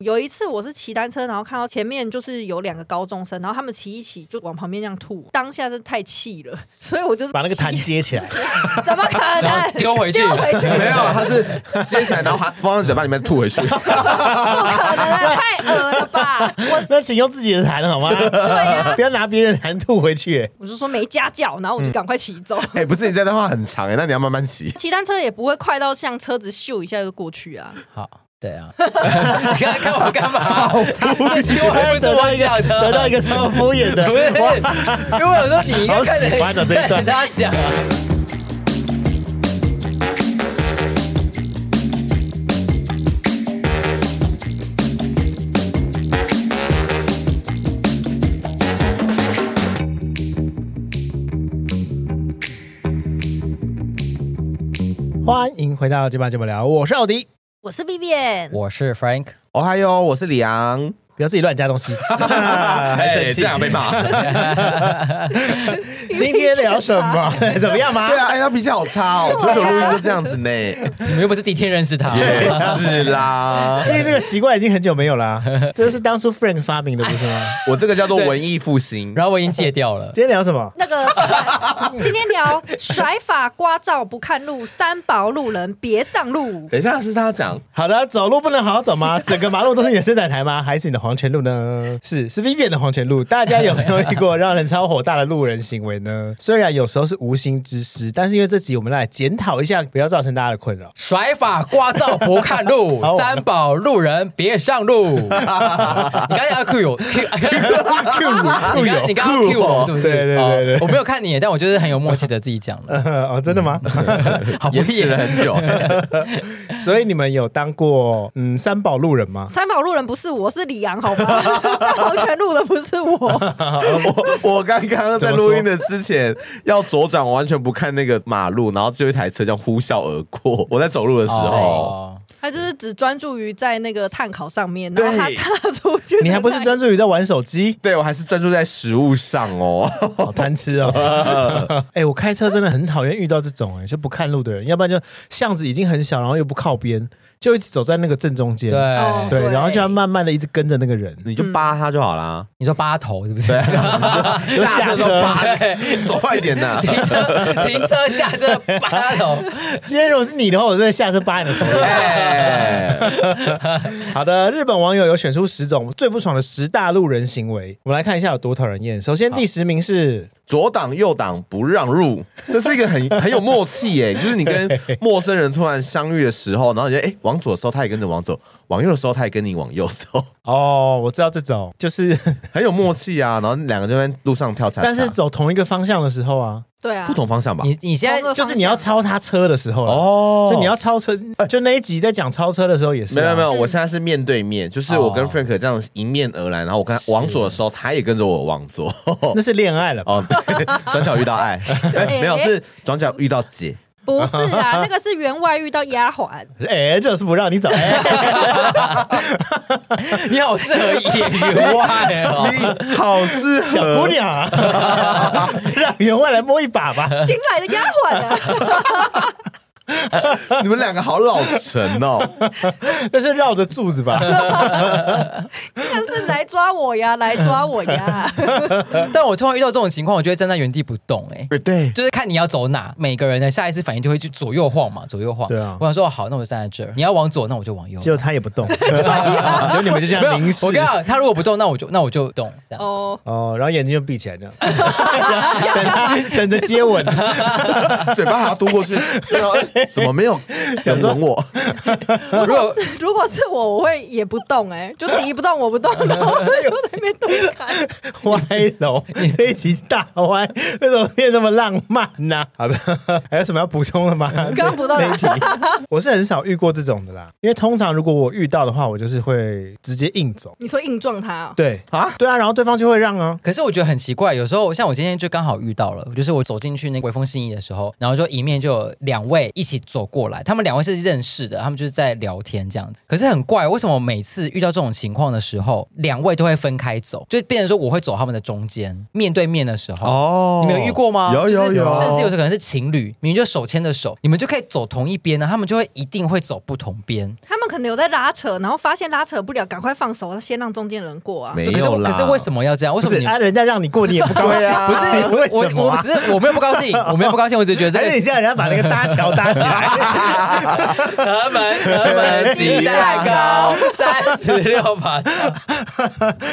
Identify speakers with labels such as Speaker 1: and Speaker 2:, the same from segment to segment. Speaker 1: 有一次我是骑单车，然后看到前面就是有两个高中生，然后他们骑一骑就往旁边这样吐，当下真的太气了，所以我就
Speaker 2: 把那个
Speaker 1: 弹
Speaker 2: 坛接起来，
Speaker 1: 怎么可能
Speaker 3: 丢回去
Speaker 1: 丢回去？
Speaker 4: 没有，他是接起来，然后还放在嘴巴里面吐 回去。
Speaker 1: 不可能啊，太恶了吧！我
Speaker 2: 那请用自己的坛好吗？不要拿别人的坛吐回去。
Speaker 1: 我就说没家教，然后我就赶快骑走。
Speaker 4: 哎、不是你这段话很长哎、那你要慢慢骑。
Speaker 1: 骑单车也不会快到像车子咻一下就过去啊，
Speaker 3: 好，对啊，你看看我干嘛？这句话不是
Speaker 2: 得到
Speaker 3: 我
Speaker 2: 一个
Speaker 3: 讲
Speaker 2: 得到一
Speaker 3: 的。
Speaker 2: 个超敷衍的，
Speaker 3: 不是，因为我说你应该看着
Speaker 2: 好喜欢哦这一段
Speaker 3: 看着 他讲啊。
Speaker 2: 欢迎回到今晚节目聊，我是奥迪，
Speaker 1: 我是 B B N，
Speaker 3: 我是 Frank，
Speaker 4: 哦嗨哟，我是李昂，
Speaker 2: 不要自己乱加东西，还生气。
Speaker 4: 哎被骂。
Speaker 2: 今天聊什么？怎么样吗？
Speaker 4: 对啊，哎、他脾气好差 哦，久久录音就这样子呢。
Speaker 3: 你们又不是第一天认识他。
Speaker 4: 也是啦，
Speaker 2: 因为这个习惯已经很久没有啦、这是当初 Frank 发明的，不是吗？
Speaker 4: 我这个叫做文艺复兴。
Speaker 3: 然后我已经戒掉了。
Speaker 2: 今天聊什么？
Speaker 1: 那个今天聊甩法刮照不看路，三宝路人别上路。
Speaker 4: 等一下是他讲，
Speaker 2: 好的，走路不能好好走 吗？整个马路都是你的伸展台吗？还是你的黄泉路呢？是是 Vivian 的黄泉路。大家有没有遇过让人超火大的路人行为呢？虽然有时候是无心之失，但是因为这集我们来检讨一下，不要造成大家的困扰。
Speaker 3: 甩法刮照不看路
Speaker 2: 好，
Speaker 3: 三宝路人别上路。你刚才要 Q 我 Q Q 我，你刚你刚刚 Q 我是不是？
Speaker 2: 对对对对
Speaker 3: 哦我没有看你，但我就是很有默契的自己讲 了，
Speaker 2: 哦，真的吗？
Speaker 3: 好敷
Speaker 4: 延迟了
Speaker 3: 衍。
Speaker 4: 很 久。
Speaker 2: 所以你们有当过嗯三宝路人 吗？
Speaker 1: 三宝路人不是我，是李阳，好吗？ 三宝全路人不是我，
Speaker 4: 我刚刚
Speaker 2: 怎
Speaker 4: 在
Speaker 2: 么说
Speaker 4: 录音的之前要左转，我完全不看那个马路，然后只有一台车这样呼啸而过。我在走路的时候，
Speaker 3: 哦，
Speaker 1: 他就是只专注于在那个碳烤上面，然后他
Speaker 4: 对
Speaker 1: 踏出去，
Speaker 2: 你还不是专注于在玩手 机，
Speaker 4: 对我还是专注在食物上哦。
Speaker 2: 好贪吃哦！ 哎、我开车真的很讨厌遇到这种哎、就不看路的人，要不然就巷子已经很小，然后又不靠边，就一直走在那个正中间。
Speaker 3: 对，
Speaker 1: 哦
Speaker 2: 对，
Speaker 1: 对
Speaker 2: 然后就要慢慢的一直跟着那个人，
Speaker 4: 你就扒他就好啦，
Speaker 3: 你说八头是 不是？
Speaker 2: 就下
Speaker 4: 下车就
Speaker 2: 车。
Speaker 4: 扒他，走快一点呐！
Speaker 3: 停车 停车下车八头，
Speaker 2: 今天如果是你的话，我真的下车扒你的 头。
Speaker 4: 哎，
Speaker 2: 好的，日本网友有选出十种最不爽的十大路人行为，我们来看一下有多讨人厌。首先第十名是
Speaker 4: 左挡右挡不让入，这是一个很很有默契耶、就是你跟陌生人突然相遇的时候，然后你就哎、往左的时候他也跟着往左，往右的时候他也跟你往右走，
Speaker 2: 哦，我知道这种就是，
Speaker 4: 很有默契啊。然后两个就在路上跳叉叉，
Speaker 2: 但是走同一个方向的时候啊，
Speaker 1: 对啊，
Speaker 4: 不同方向吧？
Speaker 3: 你你现在
Speaker 1: 同一个
Speaker 2: 就是你要超他车的时候哦，
Speaker 4: 哦
Speaker 2: 所以你要超车，就那一集在讲超车的时候也是、
Speaker 4: 没
Speaker 2: 啊，
Speaker 4: 有没有，
Speaker 1: 嗯
Speaker 4: 我现在是面对面，就是我跟
Speaker 3: 哦
Speaker 4: Frank 这样迎面而来，然后我跟他往左的时候，他也跟着我往左。
Speaker 2: 那是恋爱了吧？
Speaker 4: 哦，转角遇 到爱，哎没有
Speaker 1: 哎
Speaker 4: 是转角遇到姐。
Speaker 1: 不是啊，那个是员外遇到丫鬟，
Speaker 4: 哦
Speaker 2: 哎、就是不让你走， 哎
Speaker 3: 你好适合演员外哦。
Speaker 4: 你好适
Speaker 2: 小姑
Speaker 4: 合，
Speaker 2: 娘啊， 让员外来摸一把吧。
Speaker 1: 新来的丫鬟啊，
Speaker 4: 你们两个好老成哦。
Speaker 2: 但是绕着柱子吧。
Speaker 1: 那个是来抓我呀，来抓我呀。
Speaker 3: 但我突然遇到这种情况，我就会站在原地不动哎。
Speaker 4: 对对，
Speaker 3: 就是看你要走哪，每个人的下意识反应就会去左右晃嘛，左右晃。
Speaker 2: 对啊
Speaker 3: 我想说哦好，那我就站在这儿，你要往左，那我就往右。
Speaker 2: 结果他也不动，结果你们就这
Speaker 3: 没
Speaker 2: 样
Speaker 3: 有
Speaker 2: 凝视
Speaker 3: 我。跟你讲，他如果不动，那我就那我就动这样。
Speaker 1: 哦，
Speaker 2: 哦，然后眼睛就闭起来这样， 等他等着接吻。
Speaker 4: 嘴巴还要嘟过 去，对啊哎怎么没有想吻我？
Speaker 3: 如果
Speaker 1: 如果是我，我会也不动，哎，就敌不动我不动，然后就在那边对看。
Speaker 2: 歪楼，你这一集大歪，为什么变那么浪漫呢、好的， 还有什么要补充的吗？
Speaker 1: 刚刚补到哪
Speaker 2: 这 一题我是很少遇过这种的啦，因为通常如果我遇到的话，我就是会直接硬走。
Speaker 1: 你说硬撞他哦，
Speaker 2: 对
Speaker 4: 啊，
Speaker 2: 对啊，然后对方就会让啊。
Speaker 3: 可是我觉得很奇怪，有时候像我今天就刚好遇到了，就是我走进去那个微风信义的时候，然后就迎面就有两位一起走过来，他们两位是认识的，他们就是在聊天这样子。可是很怪，为什么每次遇到这种情况的时候，两位都会分开走，就变成说我会走他们的中间，面对面的时候。
Speaker 4: 哦
Speaker 3: 你们有遇过吗？
Speaker 4: 有有
Speaker 3: 就是
Speaker 4: 有，
Speaker 3: 甚至有的可能是情侣，明明就手牵着手，你们就可以走同一边呢，他们就会一定会走不同边。
Speaker 1: 他们可能有在拉扯，然后发现拉扯不了，赶快放手，先让中间人过啊。
Speaker 4: 没
Speaker 3: 对可是
Speaker 4: 有
Speaker 3: 我
Speaker 4: 啦。
Speaker 3: 可是为什么要这样？为
Speaker 2: 不
Speaker 3: 什么
Speaker 2: 是
Speaker 3: 你？
Speaker 2: 啊，人家让你过，你也不高兴，
Speaker 4: 对啊
Speaker 2: 不是你为
Speaker 3: 我
Speaker 2: 什么
Speaker 3: 我
Speaker 2: 啊？
Speaker 3: 只是我没有不高兴，我没有不高兴，我只是觉得
Speaker 2: 还是
Speaker 4: 哎
Speaker 3: 这个
Speaker 2: 你现在人家把那个搭桥搭起 来，
Speaker 3: 城门城门鸡蛋糕三十六把刀，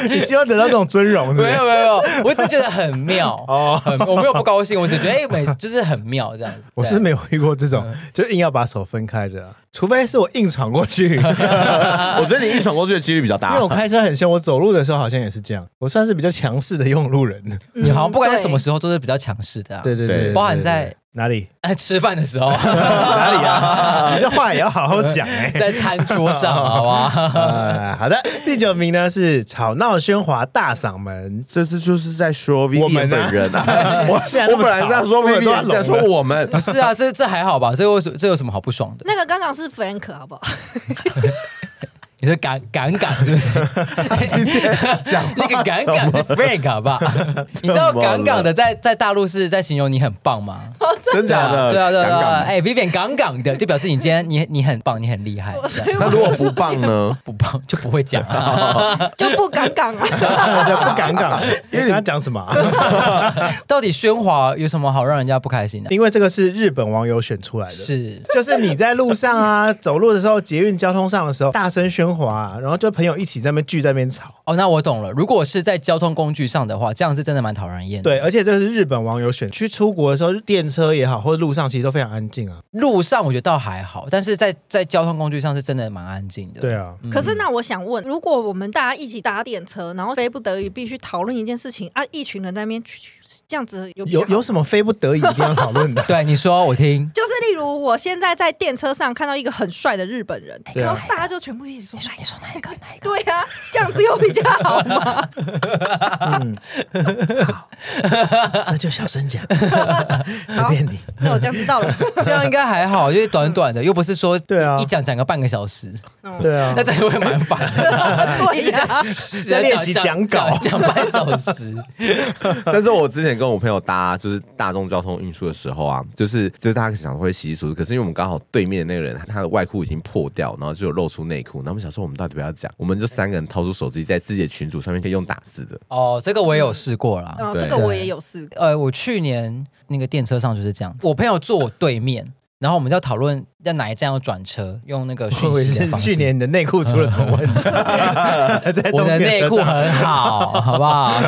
Speaker 2: 你希望得到这种尊荣是不
Speaker 3: 没
Speaker 2: 是？
Speaker 3: 有没有，我只是觉得很妙
Speaker 2: 哦
Speaker 3: 哦，很我没有不高兴，我只是觉得哎，每次就是很妙这样子。
Speaker 2: 我是没有遇过这种， 就硬要把手分开的啊，除非是我硬闯过 去，因
Speaker 4: 我觉得你一闯过去的几率比较大
Speaker 2: 为我。开车很凶，我走路的时候好像也是这样，我算是比较强势的用路人。
Speaker 3: 对你好
Speaker 1: 嗯
Speaker 3: 像不管在什么
Speaker 1: 时
Speaker 3: 时候都是比较强势的啊，
Speaker 2: 对对
Speaker 4: 对
Speaker 2: 对，
Speaker 3: 包含
Speaker 2: 对
Speaker 3: 在
Speaker 2: 对哪 里？
Speaker 3: 哎，吃饭的时候，
Speaker 2: 哪里啊？ 你这话也要好好讲哎。
Speaker 3: 在餐桌上，好吧？
Speaker 2: 呃，好的，第九名呢是吵闹喧哗大嗓门，
Speaker 4: 这次就是在说
Speaker 2: 我
Speaker 4: Vivian
Speaker 2: 们啊
Speaker 4: 本人 啊，
Speaker 2: 我现在那
Speaker 4: 我
Speaker 2: 么
Speaker 4: 本来在
Speaker 2: 吵
Speaker 4: 说
Speaker 2: 我耳朵
Speaker 4: Vivian，
Speaker 2: 聋
Speaker 4: 在说
Speaker 2: 了
Speaker 4: 我们，
Speaker 3: 不是啊，这这还好吧？这有这有什么好 不爽的？
Speaker 1: 那个刚刚是 Frank 好不好？
Speaker 3: 你说敢敢敢是不是？
Speaker 4: 今天讲话
Speaker 3: 那个敢敢是 Frank 好吧？你 知道敢敢的在在大陆是在形容你很棒吗？
Speaker 4: 真假的，
Speaker 3: 对啊对啊对
Speaker 4: 杠杠
Speaker 3: 啊！
Speaker 4: 的。
Speaker 3: 哎，Vivian 杠杠的，就表示你今天你你很棒，你很厉害。这样
Speaker 4: 那如果不棒呢？
Speaker 3: 不棒就不会讲啊。
Speaker 1: 就不敢讲啊。
Speaker 2: 就 不敢讲，因为你要讲什么啊？
Speaker 3: 到底喧哗有什么好让人家不开心的？
Speaker 2: 因为这个是日本网友选出来的，
Speaker 3: 是
Speaker 2: 就是你在路上啊，走路的时候，捷运交通上的时候，大声喧哗、啊然后就朋友一起在那边聚，在那边吵。
Speaker 3: 哦，那我懂了。如果是在交通工具上的话，这样是真的蛮讨人厌的。
Speaker 2: 对，而且这是日本网友选去出国的时候，电车也好，或者路上其实都非常安静啊。
Speaker 3: 路上我觉得倒还好，但是在在交通工具上是真的蛮安静的。？
Speaker 2: 对啊，
Speaker 1: 可是那我想问，如果我们大家一起搭电车，然后非不得已必须讨论一件事情啊，一群人在那边嘘嘘嘘这样子有比较
Speaker 2: 有
Speaker 1: 好
Speaker 2: 有什么非不得已一定要讨论的
Speaker 3: 对，你说 我听。
Speaker 1: 就是例如我现在在电车上看到一个很帅的日本人，
Speaker 2: 对啊
Speaker 1: 然后大家就全部一起说哪一个
Speaker 3: 说哪一个？哪一个？
Speaker 1: 对啊，这样子有比较 好吗？
Speaker 2: 那就小声 讲，随便你。
Speaker 1: 那我这样知道 了。
Speaker 3: 这样应该还好，因为短短的，又不是说
Speaker 2: 对啊
Speaker 3: 一讲讲个半个小时，
Speaker 2: 对啊
Speaker 3: 那，这样会蛮烦 的。
Speaker 1: 对呀啊
Speaker 3: 一直在
Speaker 2: 在练习讲稿
Speaker 3: 讲半小时。
Speaker 4: 但是我之前跟我朋友搭就是大众交通运输的时候啊，就是就是大家想会习俗，可是因为我们刚好对面的那个人他的外裤已经破掉，然后就有露出内裤，然后我们想说我们到底要不要讲，我们就三个人掏出手机在自己的群组上面可以用打字的，
Speaker 3: 哦，这个我也有试过啦。
Speaker 1: 嗯，
Speaker 4: 对
Speaker 1: 这个我也有试过。
Speaker 3: 呃，我去年那个电车上就是这样，我朋友坐我对面，然后我们就要讨论在哪一站要转车，用那个
Speaker 2: 会
Speaker 3: 讯
Speaker 2: 不会
Speaker 3: 息
Speaker 2: 是
Speaker 3: 的方式。
Speaker 2: 去年你的内裤出了什么问题？ 在
Speaker 3: 我
Speaker 2: 东
Speaker 3: 的
Speaker 2: 区啊
Speaker 3: 内
Speaker 2: 车
Speaker 3: 裤
Speaker 2: 上。
Speaker 3: 很好，好 不好？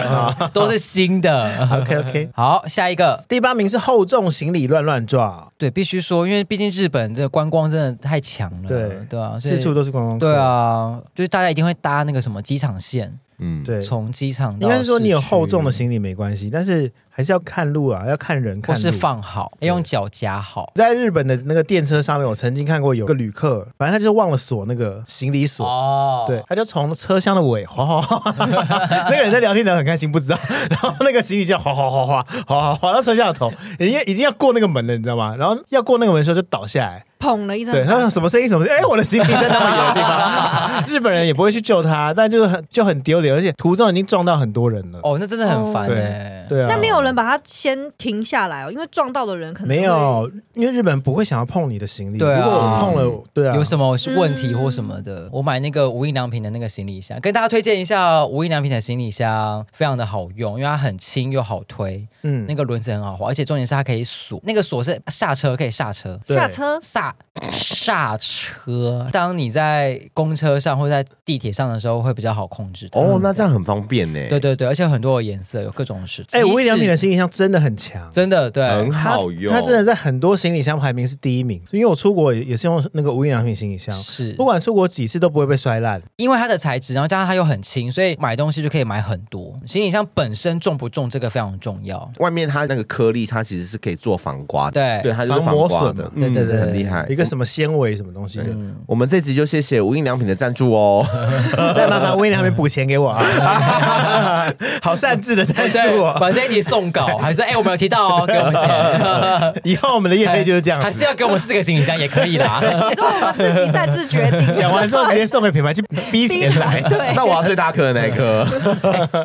Speaker 3: 都是新的。
Speaker 2: OK OK。
Speaker 3: 好，下一个。
Speaker 2: 第八名是厚重行李乱乱撞，
Speaker 3: 对，必须说，因为毕竟日本这个观光真的太强了，
Speaker 2: 对
Speaker 3: 对啊，所以
Speaker 2: 四处都是观光客。
Speaker 3: 对，啊，就是大家一定会搭那个什么机场线，
Speaker 4: 嗯，
Speaker 2: 对，
Speaker 3: 从机场到
Speaker 2: 应该是说你有厚重的
Speaker 3: 市区，
Speaker 2: 行李没关系，但是还是要看路啊，要看人
Speaker 3: 或
Speaker 2: 看路。
Speaker 3: 是放好，要用脚夹好。
Speaker 2: 在日本的那个电车上面，我曾经看过有个旅客，反正他就是忘了锁那个行李锁。
Speaker 3: 哦
Speaker 2: 对，，他就从车厢的尾哗哗哗， 那个人在聊天聊得很开心，不知道。然后那个行李就哗哗哗哗哗哗哗到车厢的头，已经已经要过那个门了，你知道 吗？然后要过那个门的时候就倒下来，
Speaker 1: 砰了一声，
Speaker 2: 对，他说什么声音什么声音？哎，我的行李在那么远的地方， 日本人也不会去救他，但就是很就很丢脸，而且途中已经撞到很多人了。
Speaker 3: 哦，那真的很烦
Speaker 2: 对
Speaker 3: 哎。
Speaker 2: 对啊，
Speaker 1: 那没有人把它先停下来哦，因为撞到的人可能
Speaker 2: 没
Speaker 1: 会。
Speaker 2: 有，因为日本不会想要碰你的行李。
Speaker 3: 对啊
Speaker 2: 如果我碰了，对啊，
Speaker 3: 有什么问题或什么的，我买那个无印良品的那个行李箱，跟大家推荐一下无印良品的行李箱，非常的好用，因为它很轻又好推，
Speaker 2: 嗯
Speaker 3: 那个轮子很好滑，而且重点是它可以锁，那个锁是下车可以下车，
Speaker 2: 对
Speaker 1: 下车
Speaker 3: 刹刹车。当你在公车上或者在地铁上的时候，会比较好控制它。
Speaker 4: 哦，那这样很方便呢，
Speaker 3: 对对对，而且有很多的颜色，有各种式。
Speaker 2: 哎，无印良品的
Speaker 3: 即
Speaker 2: 行
Speaker 3: 使
Speaker 2: 李箱真的很强，
Speaker 3: 真的对，
Speaker 4: 很
Speaker 2: 它
Speaker 4: 好用，
Speaker 2: 它真的在很多行李箱排名是第一名，因为我出国也也是用那个无印良品行李箱。
Speaker 3: 是
Speaker 2: 不管出国几次都不会被摔烂，
Speaker 3: 因为它的材质，然后加上它又很轻，所以买东西就可以买很多。行李箱本身重不重这个非常重要。
Speaker 4: 外面它那个颗粒，它其实是可以做防刮的，
Speaker 3: 对
Speaker 4: 对，它就是
Speaker 2: 防
Speaker 4: 防
Speaker 2: 磨
Speaker 4: 刮
Speaker 2: 损
Speaker 4: 的嗯
Speaker 2: 嘛，
Speaker 3: 对对对对
Speaker 4: 很厉害。嗯
Speaker 2: 一个什么纤维什么东西的，
Speaker 4: 我们这集就谢谢无印良品的赞助哦。
Speaker 2: 再麻烦威廉他们补钱给我啊！好善致的赞
Speaker 3: 对
Speaker 2: 助， 我，
Speaker 3: 把这一集送稿，还是哎、我们有提到哦，给我 们钱。
Speaker 2: 以后我们的业哎费就是这样
Speaker 3: 还是
Speaker 2: 子。
Speaker 3: 要给我们四个行李箱也可以啊啦。
Speaker 1: 你说我们自己擅自决定，
Speaker 2: 讲完之后直接送给品牌去逼
Speaker 1: 逼
Speaker 2: 钱来
Speaker 1: 来，。对。
Speaker 4: 那我要最大颗的那一颗。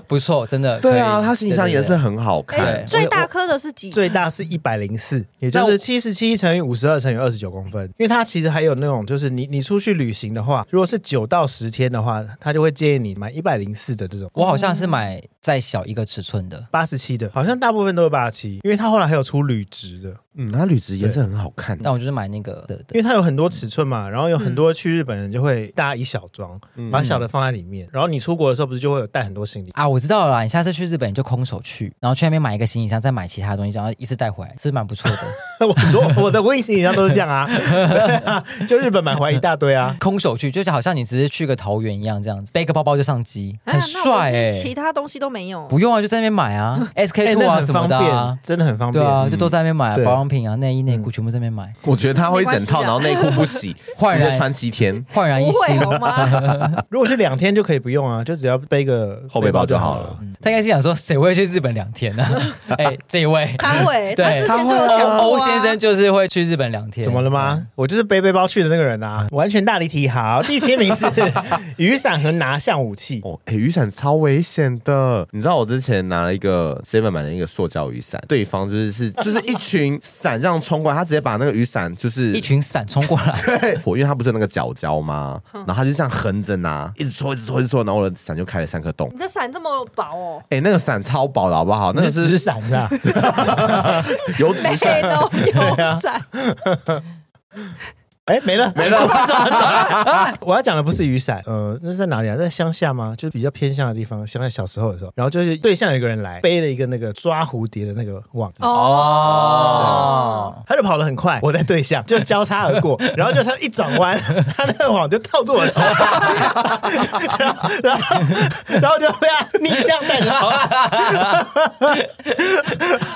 Speaker 3: 不错，真的。
Speaker 4: 对
Speaker 3: 可
Speaker 4: 啊，
Speaker 3: 以
Speaker 4: 它行李箱颜。
Speaker 3: 对
Speaker 4: 色很好
Speaker 1: 哎
Speaker 4: 看。
Speaker 1: 最大颗的是几？
Speaker 2: 最大是一百零四，也就是七十七乘以五十二乘以二十九公分。因为它其实还有那种，就是你你出去旅行的话，如果是九到十天的话，他就会建议你买一百零四的这种。
Speaker 3: 我好像是买再小一个尺寸的。
Speaker 2: 八十七的，好像大部分都是八十七，因为它后来还有出铝质的，
Speaker 4: 嗯，它铝质颜色很好看。
Speaker 3: 但我就是买那个的
Speaker 2: 因为它有很多尺寸嘛，然后有很
Speaker 3: 嗯
Speaker 2: 多去日本人就会大家一小装，把小的放在里面，然后你出国的时候不是就会有带很多行李？
Speaker 3: 啊，我知道了啦。你下次去日本你就空手去，然后去那边买一个行李箱，再买其他东西，然后一次带回来，是蛮不错的。
Speaker 2: 我很多我的无印行李箱都是这样啊，对啊 就日本买回来一大堆啊。
Speaker 3: 空手去，就是好像你只是去个桃园一样，这样子背个包包就上机，
Speaker 1: 啊
Speaker 3: 很
Speaker 1: 那我
Speaker 3: 帅哎、
Speaker 1: 是其他东西都没有，
Speaker 3: 不用啊，就在那边买啊，SK
Speaker 2: 哎，
Speaker 3: two
Speaker 2: 那
Speaker 3: 啊
Speaker 2: 很
Speaker 3: 什么
Speaker 2: 方
Speaker 3: 的啊
Speaker 2: 便，。真的很方
Speaker 3: 对
Speaker 2: 便。嗯
Speaker 3: 啊，就都在那边买啊、
Speaker 2: 对嗯
Speaker 3: 保养品啊、内衣内裤全部在那边买，
Speaker 4: 我觉得它会一整套，
Speaker 1: 没关系啊
Speaker 4: 然后内裤不洗，
Speaker 3: 坏
Speaker 4: 直
Speaker 3: 人
Speaker 4: 接穿七天。
Speaker 3: 焕然一
Speaker 1: 不会
Speaker 2: 啊
Speaker 3: 新。
Speaker 1: 好 吗？
Speaker 2: 如果是两天就可以不用啊，就只要背个
Speaker 4: 后背包就好
Speaker 2: 好
Speaker 4: 了。。
Speaker 3: 他应该心想说，谁会去日本两天呢、 哎、这一位，
Speaker 1: 他会，他
Speaker 3: 对
Speaker 1: 之前就有想过啊
Speaker 3: 欧先生，就是会去日本两天。
Speaker 2: 怎么了吗？我就是背背包去的那个人啊，完全大离题。 好，第七名是雨伞和拿像武器。
Speaker 4: 哦，哎、雨伞超危险的。你知道我之前拿了一个 seven 买的一个塑胶雨伞，对方就是是就是一群伞这样冲过来，他直接把那个雨伞就是
Speaker 3: 一群伞冲过来，
Speaker 4: 对，我因为它不是有那个角胶吗？然后它就这样横着拿，一直戳，一直戳，一直戳，然后我的伞就开了三颗洞
Speaker 1: 你。这伞这么薄哦，
Speaker 4: 哎、那个伞超薄的好不好？那
Speaker 2: 那
Speaker 4: 个
Speaker 2: 是纸
Speaker 4: 是
Speaker 2: 伞啊，
Speaker 4: 油
Speaker 1: 没
Speaker 4: 纸伞。
Speaker 1: 都有 伞，
Speaker 2: 哎，没了没了，我是这么打 我要讲的不是雨伞，呃，那是在哪里啊？在乡下吗？就是比较偏向的地方，想在小时候的时候，然后就是对象有一个人来背了一个那个抓蝴蝶的那个网子。
Speaker 3: 哦，
Speaker 2: 他就跑得很快，我在对象就交叉而过， 然后就他一转 弯，他那个网就套住我的头，然后然后然后就被他逆向带着跑，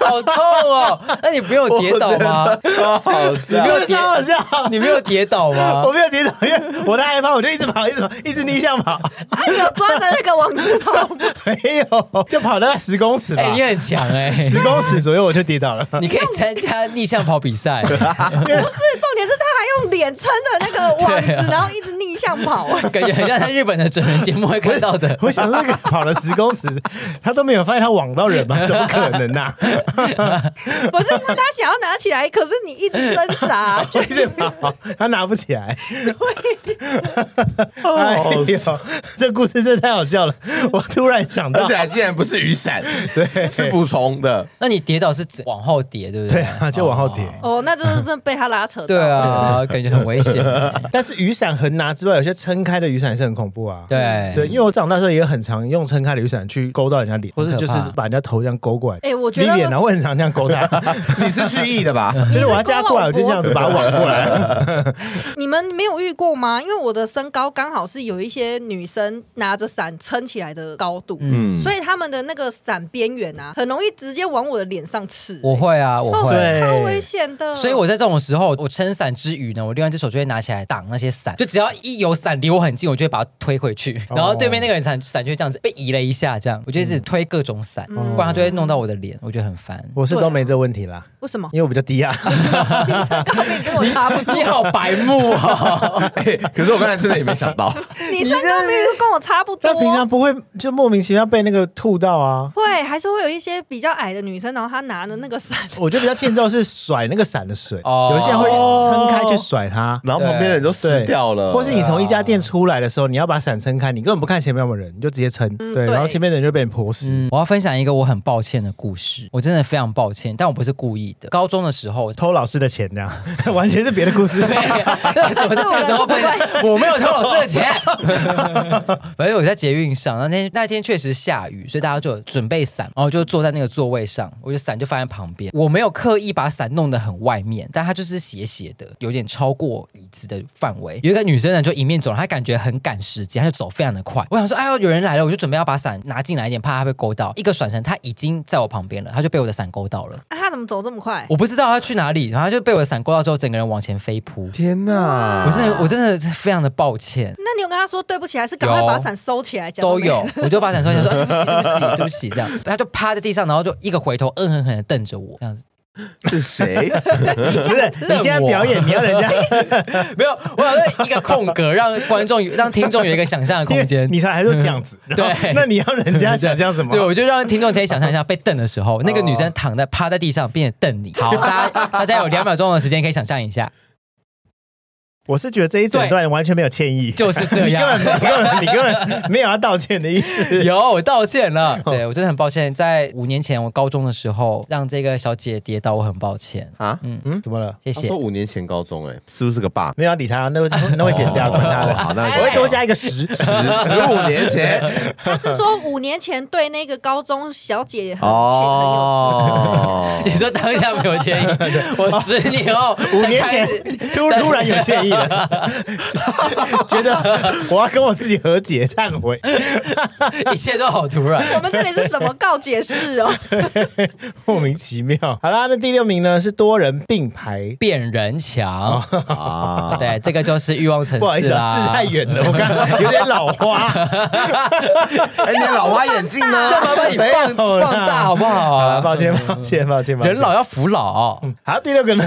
Speaker 3: 好痛哦！那你没有跌倒吗？
Speaker 4: 超好
Speaker 2: 你
Speaker 4: 笑
Speaker 2: 不
Speaker 3: 没有
Speaker 2: 要超好笑，
Speaker 3: 你没有跌倒吗
Speaker 2: 我？没有跌倒，因为我在害怕，我就一直跑，一直跑，一直逆向跑，
Speaker 1: 他啊有抓着那个网子跑，
Speaker 2: 没有，就跑大概十公尺吧
Speaker 3: 哎、，你很强哎、
Speaker 2: 十公尺左右我就跌倒 了。
Speaker 3: 你可以参加逆向跑比 赛，
Speaker 1: 是重点是他还用脸撑着那个网
Speaker 3: 啊 对啊
Speaker 1: 子，然后一直逆向跑，啊
Speaker 3: 感觉很像在日本的整人节目会看到的。
Speaker 2: 我想那个跑了十公尺，他都没有发现他网到人吗？怎么可能呐、啊？
Speaker 1: 不是因为他想要拿起 来，可是你一直挣扎，就
Speaker 2: 一直跑，他拿不起来。哎呦，这故事真的太好笑了！我突然想
Speaker 4: 而
Speaker 2: 到
Speaker 4: 且，还竟然不是雨伞，对，是补充的。
Speaker 3: 那你跌倒是指往后跌，对不
Speaker 2: 对
Speaker 3: 对？
Speaker 2: 啊，就往后跌。
Speaker 1: 哦，那就是真的被他拉扯到。
Speaker 3: 对， 啊，感觉很危险。
Speaker 2: 但是雨伞横拿之外，有些撑开的雨伞也是很恐怖啊。
Speaker 3: 对
Speaker 2: 对，因为我长大的时候也很常用撑开的雨伞去勾到人家脸，或者就是
Speaker 3: 很可怕
Speaker 2: 把人家头这样勾过来。
Speaker 1: 哎我觉得
Speaker 2: Vivian 啊，我很常这样 勾他，
Speaker 4: 你是蓄意的 吧？
Speaker 2: 就是我要加过来，我就这样子把它网过来。
Speaker 1: 你们没有遇过吗？因为我的身高刚好是有一些女生拿着伞撑起来的高度，
Speaker 4: 嗯，
Speaker 1: 所以他们的那个伞边缘啊，很容易直接往我的脸上刺、
Speaker 3: 我会啊，我
Speaker 1: 哦，
Speaker 3: 会。
Speaker 1: 超危险的。
Speaker 3: 所以我在这种时候，我撑伞之余呢，我另外一只手就会拿起来挡那些伞，就只要一有伞离我很近，我就会把它推回去，
Speaker 2: 哦
Speaker 3: 然后对面那个人伞伞就会这样子被移了一下，这样我就一直推各种伞，不然他就会弄到我的脸，我觉得很烦。
Speaker 2: 我是都没这问题啦，
Speaker 1: 为什么
Speaker 2: 因为我比较低啊。
Speaker 1: 你身高比跟我差不 多？
Speaker 3: 你好白目哦！
Speaker 4: 哎可是我刚才真的也没想 到，
Speaker 1: 你身高明明跟我差不多
Speaker 2: 但。平常不会就莫名其妙被那个吐到啊。
Speaker 1: 会还是会有一些比较矮的女生，然后她拿着那个伞，
Speaker 2: 我觉得比较欠揍是甩那个伞的水，
Speaker 3: 哦
Speaker 2: 有一些人会撑开去甩它。
Speaker 4: 然后旁边的人都湿
Speaker 2: 对，
Speaker 4: 掉了，啊
Speaker 2: 或是你从一家店出来的时候，你要把伞撑开，你根本不看前面有没有人，你就直接撑。
Speaker 3: 嗯
Speaker 2: 对，
Speaker 1: 对
Speaker 2: 然后前面的人就被你泼湿。。
Speaker 3: 我要分享一个我很抱歉的故事，我真的非常抱歉，但我不是故意记得，高中的时候
Speaker 2: 偷老师的钱这样， 完全是别的故事。
Speaker 3: 对， 怎么在这个时候分享？我没有偷老师的钱。 反正我在捷运上，那天那天确实下雨，所以大家就准备伞，然后就坐在那个座位上，我就伞就放在旁边。我没有刻意把伞弄得很外面，但它就是斜斜的，有点超过椅子的范围。有一个女生呢，就迎面走来，她感觉很赶时间，她就走非常的快。我想说，哎呦，有人来了，我就准备要把伞拿进来一点，怕她被勾到。一个转身，她已经在我旁边了，她就被我的伞勾到了。
Speaker 1: 啊，他怎么走这么快？
Speaker 3: 我不知道他去哪里，然后他就被我的伞勾到之后，整个人往前飞扑。
Speaker 4: 天哪！
Speaker 3: 我真的，我真的是非常的抱歉，
Speaker 1: 那你有跟他说对不起，还是赶快
Speaker 3: 有
Speaker 1: 把伞收起来？假装
Speaker 3: 都
Speaker 1: 没
Speaker 3: 有，我就把伞 收起来说、啊对不起，对不起，对不起，这样，他就趴在地上，然后就一个回头，恶狠狠的瞪着我，这样子。
Speaker 4: 是谁？
Speaker 2: 不是， 你现在表演，你要人家
Speaker 3: 没有，我想说一个空 格，让观众有让听众有一个想象的空 间。
Speaker 2: 你才还说这样子，然后
Speaker 3: 对
Speaker 2: 那你要人家想象什么
Speaker 3: 对，？我就让听众可以想象一下被瞪的时候，那个女生躺在趴在地上，并且瞪你。好，大家大家有两秒钟的时间可以想象一下，
Speaker 2: 我是觉得这一整段完全没有歉意，
Speaker 3: 就是 这
Speaker 2: 你根
Speaker 3: 样嗯
Speaker 2: 本。 你根本你根本没有要道歉的意思。
Speaker 3: 有，我道歉了。 对我真的很抱歉，在五年前我高中的时候让这个小姐跌倒，我很抱歉。
Speaker 4: 啊？
Speaker 2: 嗯，怎么了？
Speaker 3: 谢
Speaker 4: 他
Speaker 3: 谢
Speaker 4: 说。五年前高中，哎，是不是个 bug？
Speaker 2: 没有要理他，那会那会 剪掉，管他
Speaker 4: 哦好
Speaker 2: 的。哎
Speaker 4: 那
Speaker 2: 我会多加一个十十，
Speaker 4: 十五年前
Speaker 1: 他是说五年前对那个高中小姐很哦，
Speaker 4: 哦
Speaker 3: 你，说当下没有歉意，我十年后
Speaker 2: 哦五年前
Speaker 3: 才开始
Speaker 2: 突突然 有歉意了， 觉得我要跟我自己和解忏悔。
Speaker 3: 一切都好突然。
Speaker 1: 我们这里是什么告解室哦？
Speaker 2: 莫名其妙。好啦，那第六名呢是多人并排。
Speaker 3: 变人墙，
Speaker 4: 啊，
Speaker 3: 对，这个就是欲望城
Speaker 2: 哦不好意
Speaker 3: 市
Speaker 2: 思啊，字
Speaker 3: 啦
Speaker 2: 太。远了，我刚刚 有点老花。
Speaker 4: 哎，你的老花眼镜呢？
Speaker 3: 那麻烦你放
Speaker 2: 没有啦
Speaker 3: 放大好不好
Speaker 2: 好了，
Speaker 3: 啊？
Speaker 2: 抱歉，抱歉，抱歉，抱歉
Speaker 3: 人老。要扶老，
Speaker 2: 好，第六个 呢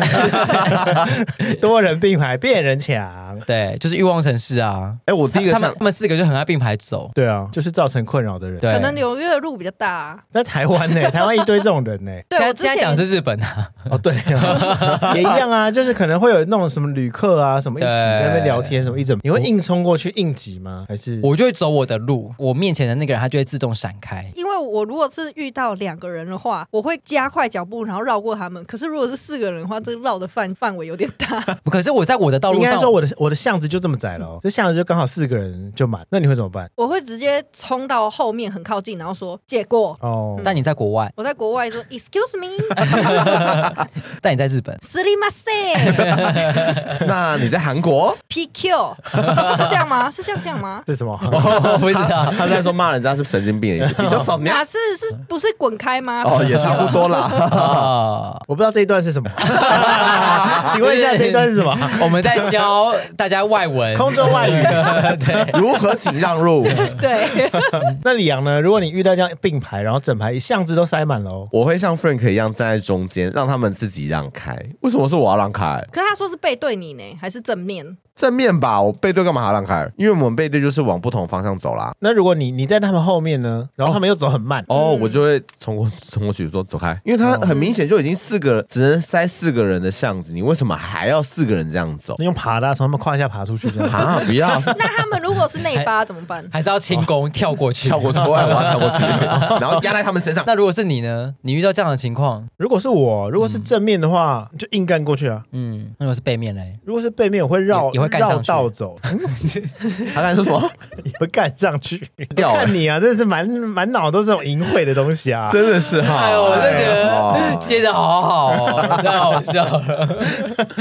Speaker 2: 是多人并排变人墙。
Speaker 3: 对，就是欲望城市啊。
Speaker 4: 哎，我第一个
Speaker 3: 他们
Speaker 4: 想
Speaker 3: 他们四个就很爱并排走，
Speaker 2: 对啊，就是造成困扰的人。
Speaker 3: 对。
Speaker 1: 可能纽约的路比较大、啊。
Speaker 2: 在台湾呢、台湾一堆这种人呢、
Speaker 1: 对，
Speaker 3: 现
Speaker 1: 我
Speaker 3: 在
Speaker 1: 之
Speaker 3: 现在讲
Speaker 1: 前
Speaker 3: 的是日本啊，
Speaker 2: 哦，对、啊， 也一样啊，就是可能会有那种什么旅客啊，什么一起
Speaker 3: 对
Speaker 2: 在那边聊天，什么一整，你会硬冲过去应急吗？还是
Speaker 3: 我就会走我的路，我面前的那个人他就会自动闪开。
Speaker 1: 因为我如果是遇到两个人的话，我会加快脚步，然后绕过他们。可是如果是四个人的话，这绕的范范围有点大。
Speaker 3: 可是我在我的道
Speaker 2: 嗯应
Speaker 3: 路
Speaker 2: 该
Speaker 3: 上，
Speaker 2: 说我的我的巷子就这么窄了、哦，这巷子就刚好四个人就满，那你会怎么办？
Speaker 1: 我会直接冲到后面很靠近，然后说借过。
Speaker 2: 哦，
Speaker 3: 但你在国外，
Speaker 1: 我在国外说 Excuse me，呃
Speaker 3: 但你在日本，
Speaker 1: すりま せん
Speaker 4: 那你在韩国？
Speaker 1: PQ 是这样吗？是这样讲吗？
Speaker 2: 这是什么？
Speaker 3: 我不知道。
Speaker 4: 他在说骂人家是神经病的意思，你就 扫描
Speaker 1: 哪啊是是不是滚开吗？
Speaker 4: 哦，也差不多 啦。
Speaker 3: 啊，
Speaker 2: 我不知道这一段是什 么，请问一下这一段是什么？
Speaker 3: 我们在教大家外文，
Speaker 2: 空中外语。
Speaker 3: 对，
Speaker 4: 如何请让路？
Speaker 1: 对，
Speaker 2: 那李阳呢？如果你遇到这样并排，然后整排一巷子都塞满了哦，
Speaker 4: 我会像 Frank 一样站在中间，让他们自己让开。为什么是我要让开？
Speaker 1: 可是他说是背对你呢，还是正 面？
Speaker 4: 正面吧，我背对干嘛还要让开？因为我们背对就是往不同方向走啦。
Speaker 2: 那如果你你在他们后面呢，然后他们又走很慢，
Speaker 4: 哦，我 就会冲过冲过去说走开，因为他很明显就已经四个人，只能塞四个人的巷子，你为什么还要四个人这样走
Speaker 2: 你？用爬的啊从他们胯下爬出去这样。
Speaker 4: 啊，不要
Speaker 1: 那他们如果是内八怎么办？
Speaker 3: 还是要轻功跳过去。
Speaker 4: 跳过去，我要跳过 去，然后压在他们身上。
Speaker 3: 那如果是你呢？你遇到这样的情况，
Speaker 2: 如果是我，如果是正面的话，就硬干过去啊；
Speaker 3: 嗯，那如果是背面嘞，
Speaker 2: 如果是背面，我会绕
Speaker 3: 也也会干上去
Speaker 2: 绕道走，
Speaker 4: 他刚才说什么？
Speaker 2: 也会干上去。
Speaker 4: 掉欸
Speaker 2: 看你啊，真的是满满脑都是这种淫秽的东西 啊！
Speaker 4: 真的是哈，
Speaker 3: 哎呦，我就觉
Speaker 4: 哎
Speaker 3: 得
Speaker 4: 呦
Speaker 3: 接的好好哦，太好笑了。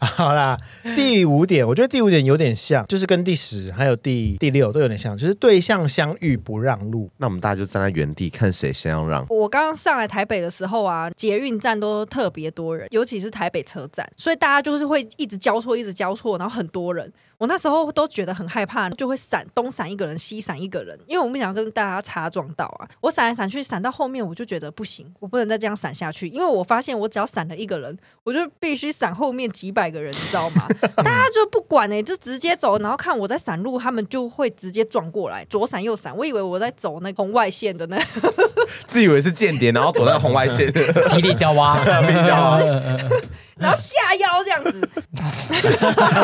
Speaker 2: 好啦，第五点，我觉得第五点有点像，就是跟第十还有第第六都有点像，就是对象相遇不让路。
Speaker 4: 那我们大家就站在原地看谁先要让。
Speaker 1: 我刚刚上来台北的时候啊，捷运站都特别多人，尤其是台北车站，所以大家就是会一直交错，一直交错，然后很多人。我那时候都觉得很害怕，就会闪东闪一个人，西闪一个人，因为我不想跟大家擦撞到啊。我闪来闪去，闪到后面我就觉得不行，我不能再这样闪下去，因为我发现我只要闪了一个人，我就必须闪后面几百个人，你知道吗？大家就不管呢、欸就直接走，然后看我在闪路，他们就会直接撞过来，左闪右闪。我以为我在走那个红外线的那
Speaker 4: 自以为是间谍，然后躲在红外 线。
Speaker 3: 霹雳娇 娃，霹雳
Speaker 4: 娇娃，
Speaker 1: 然后下腰这样子，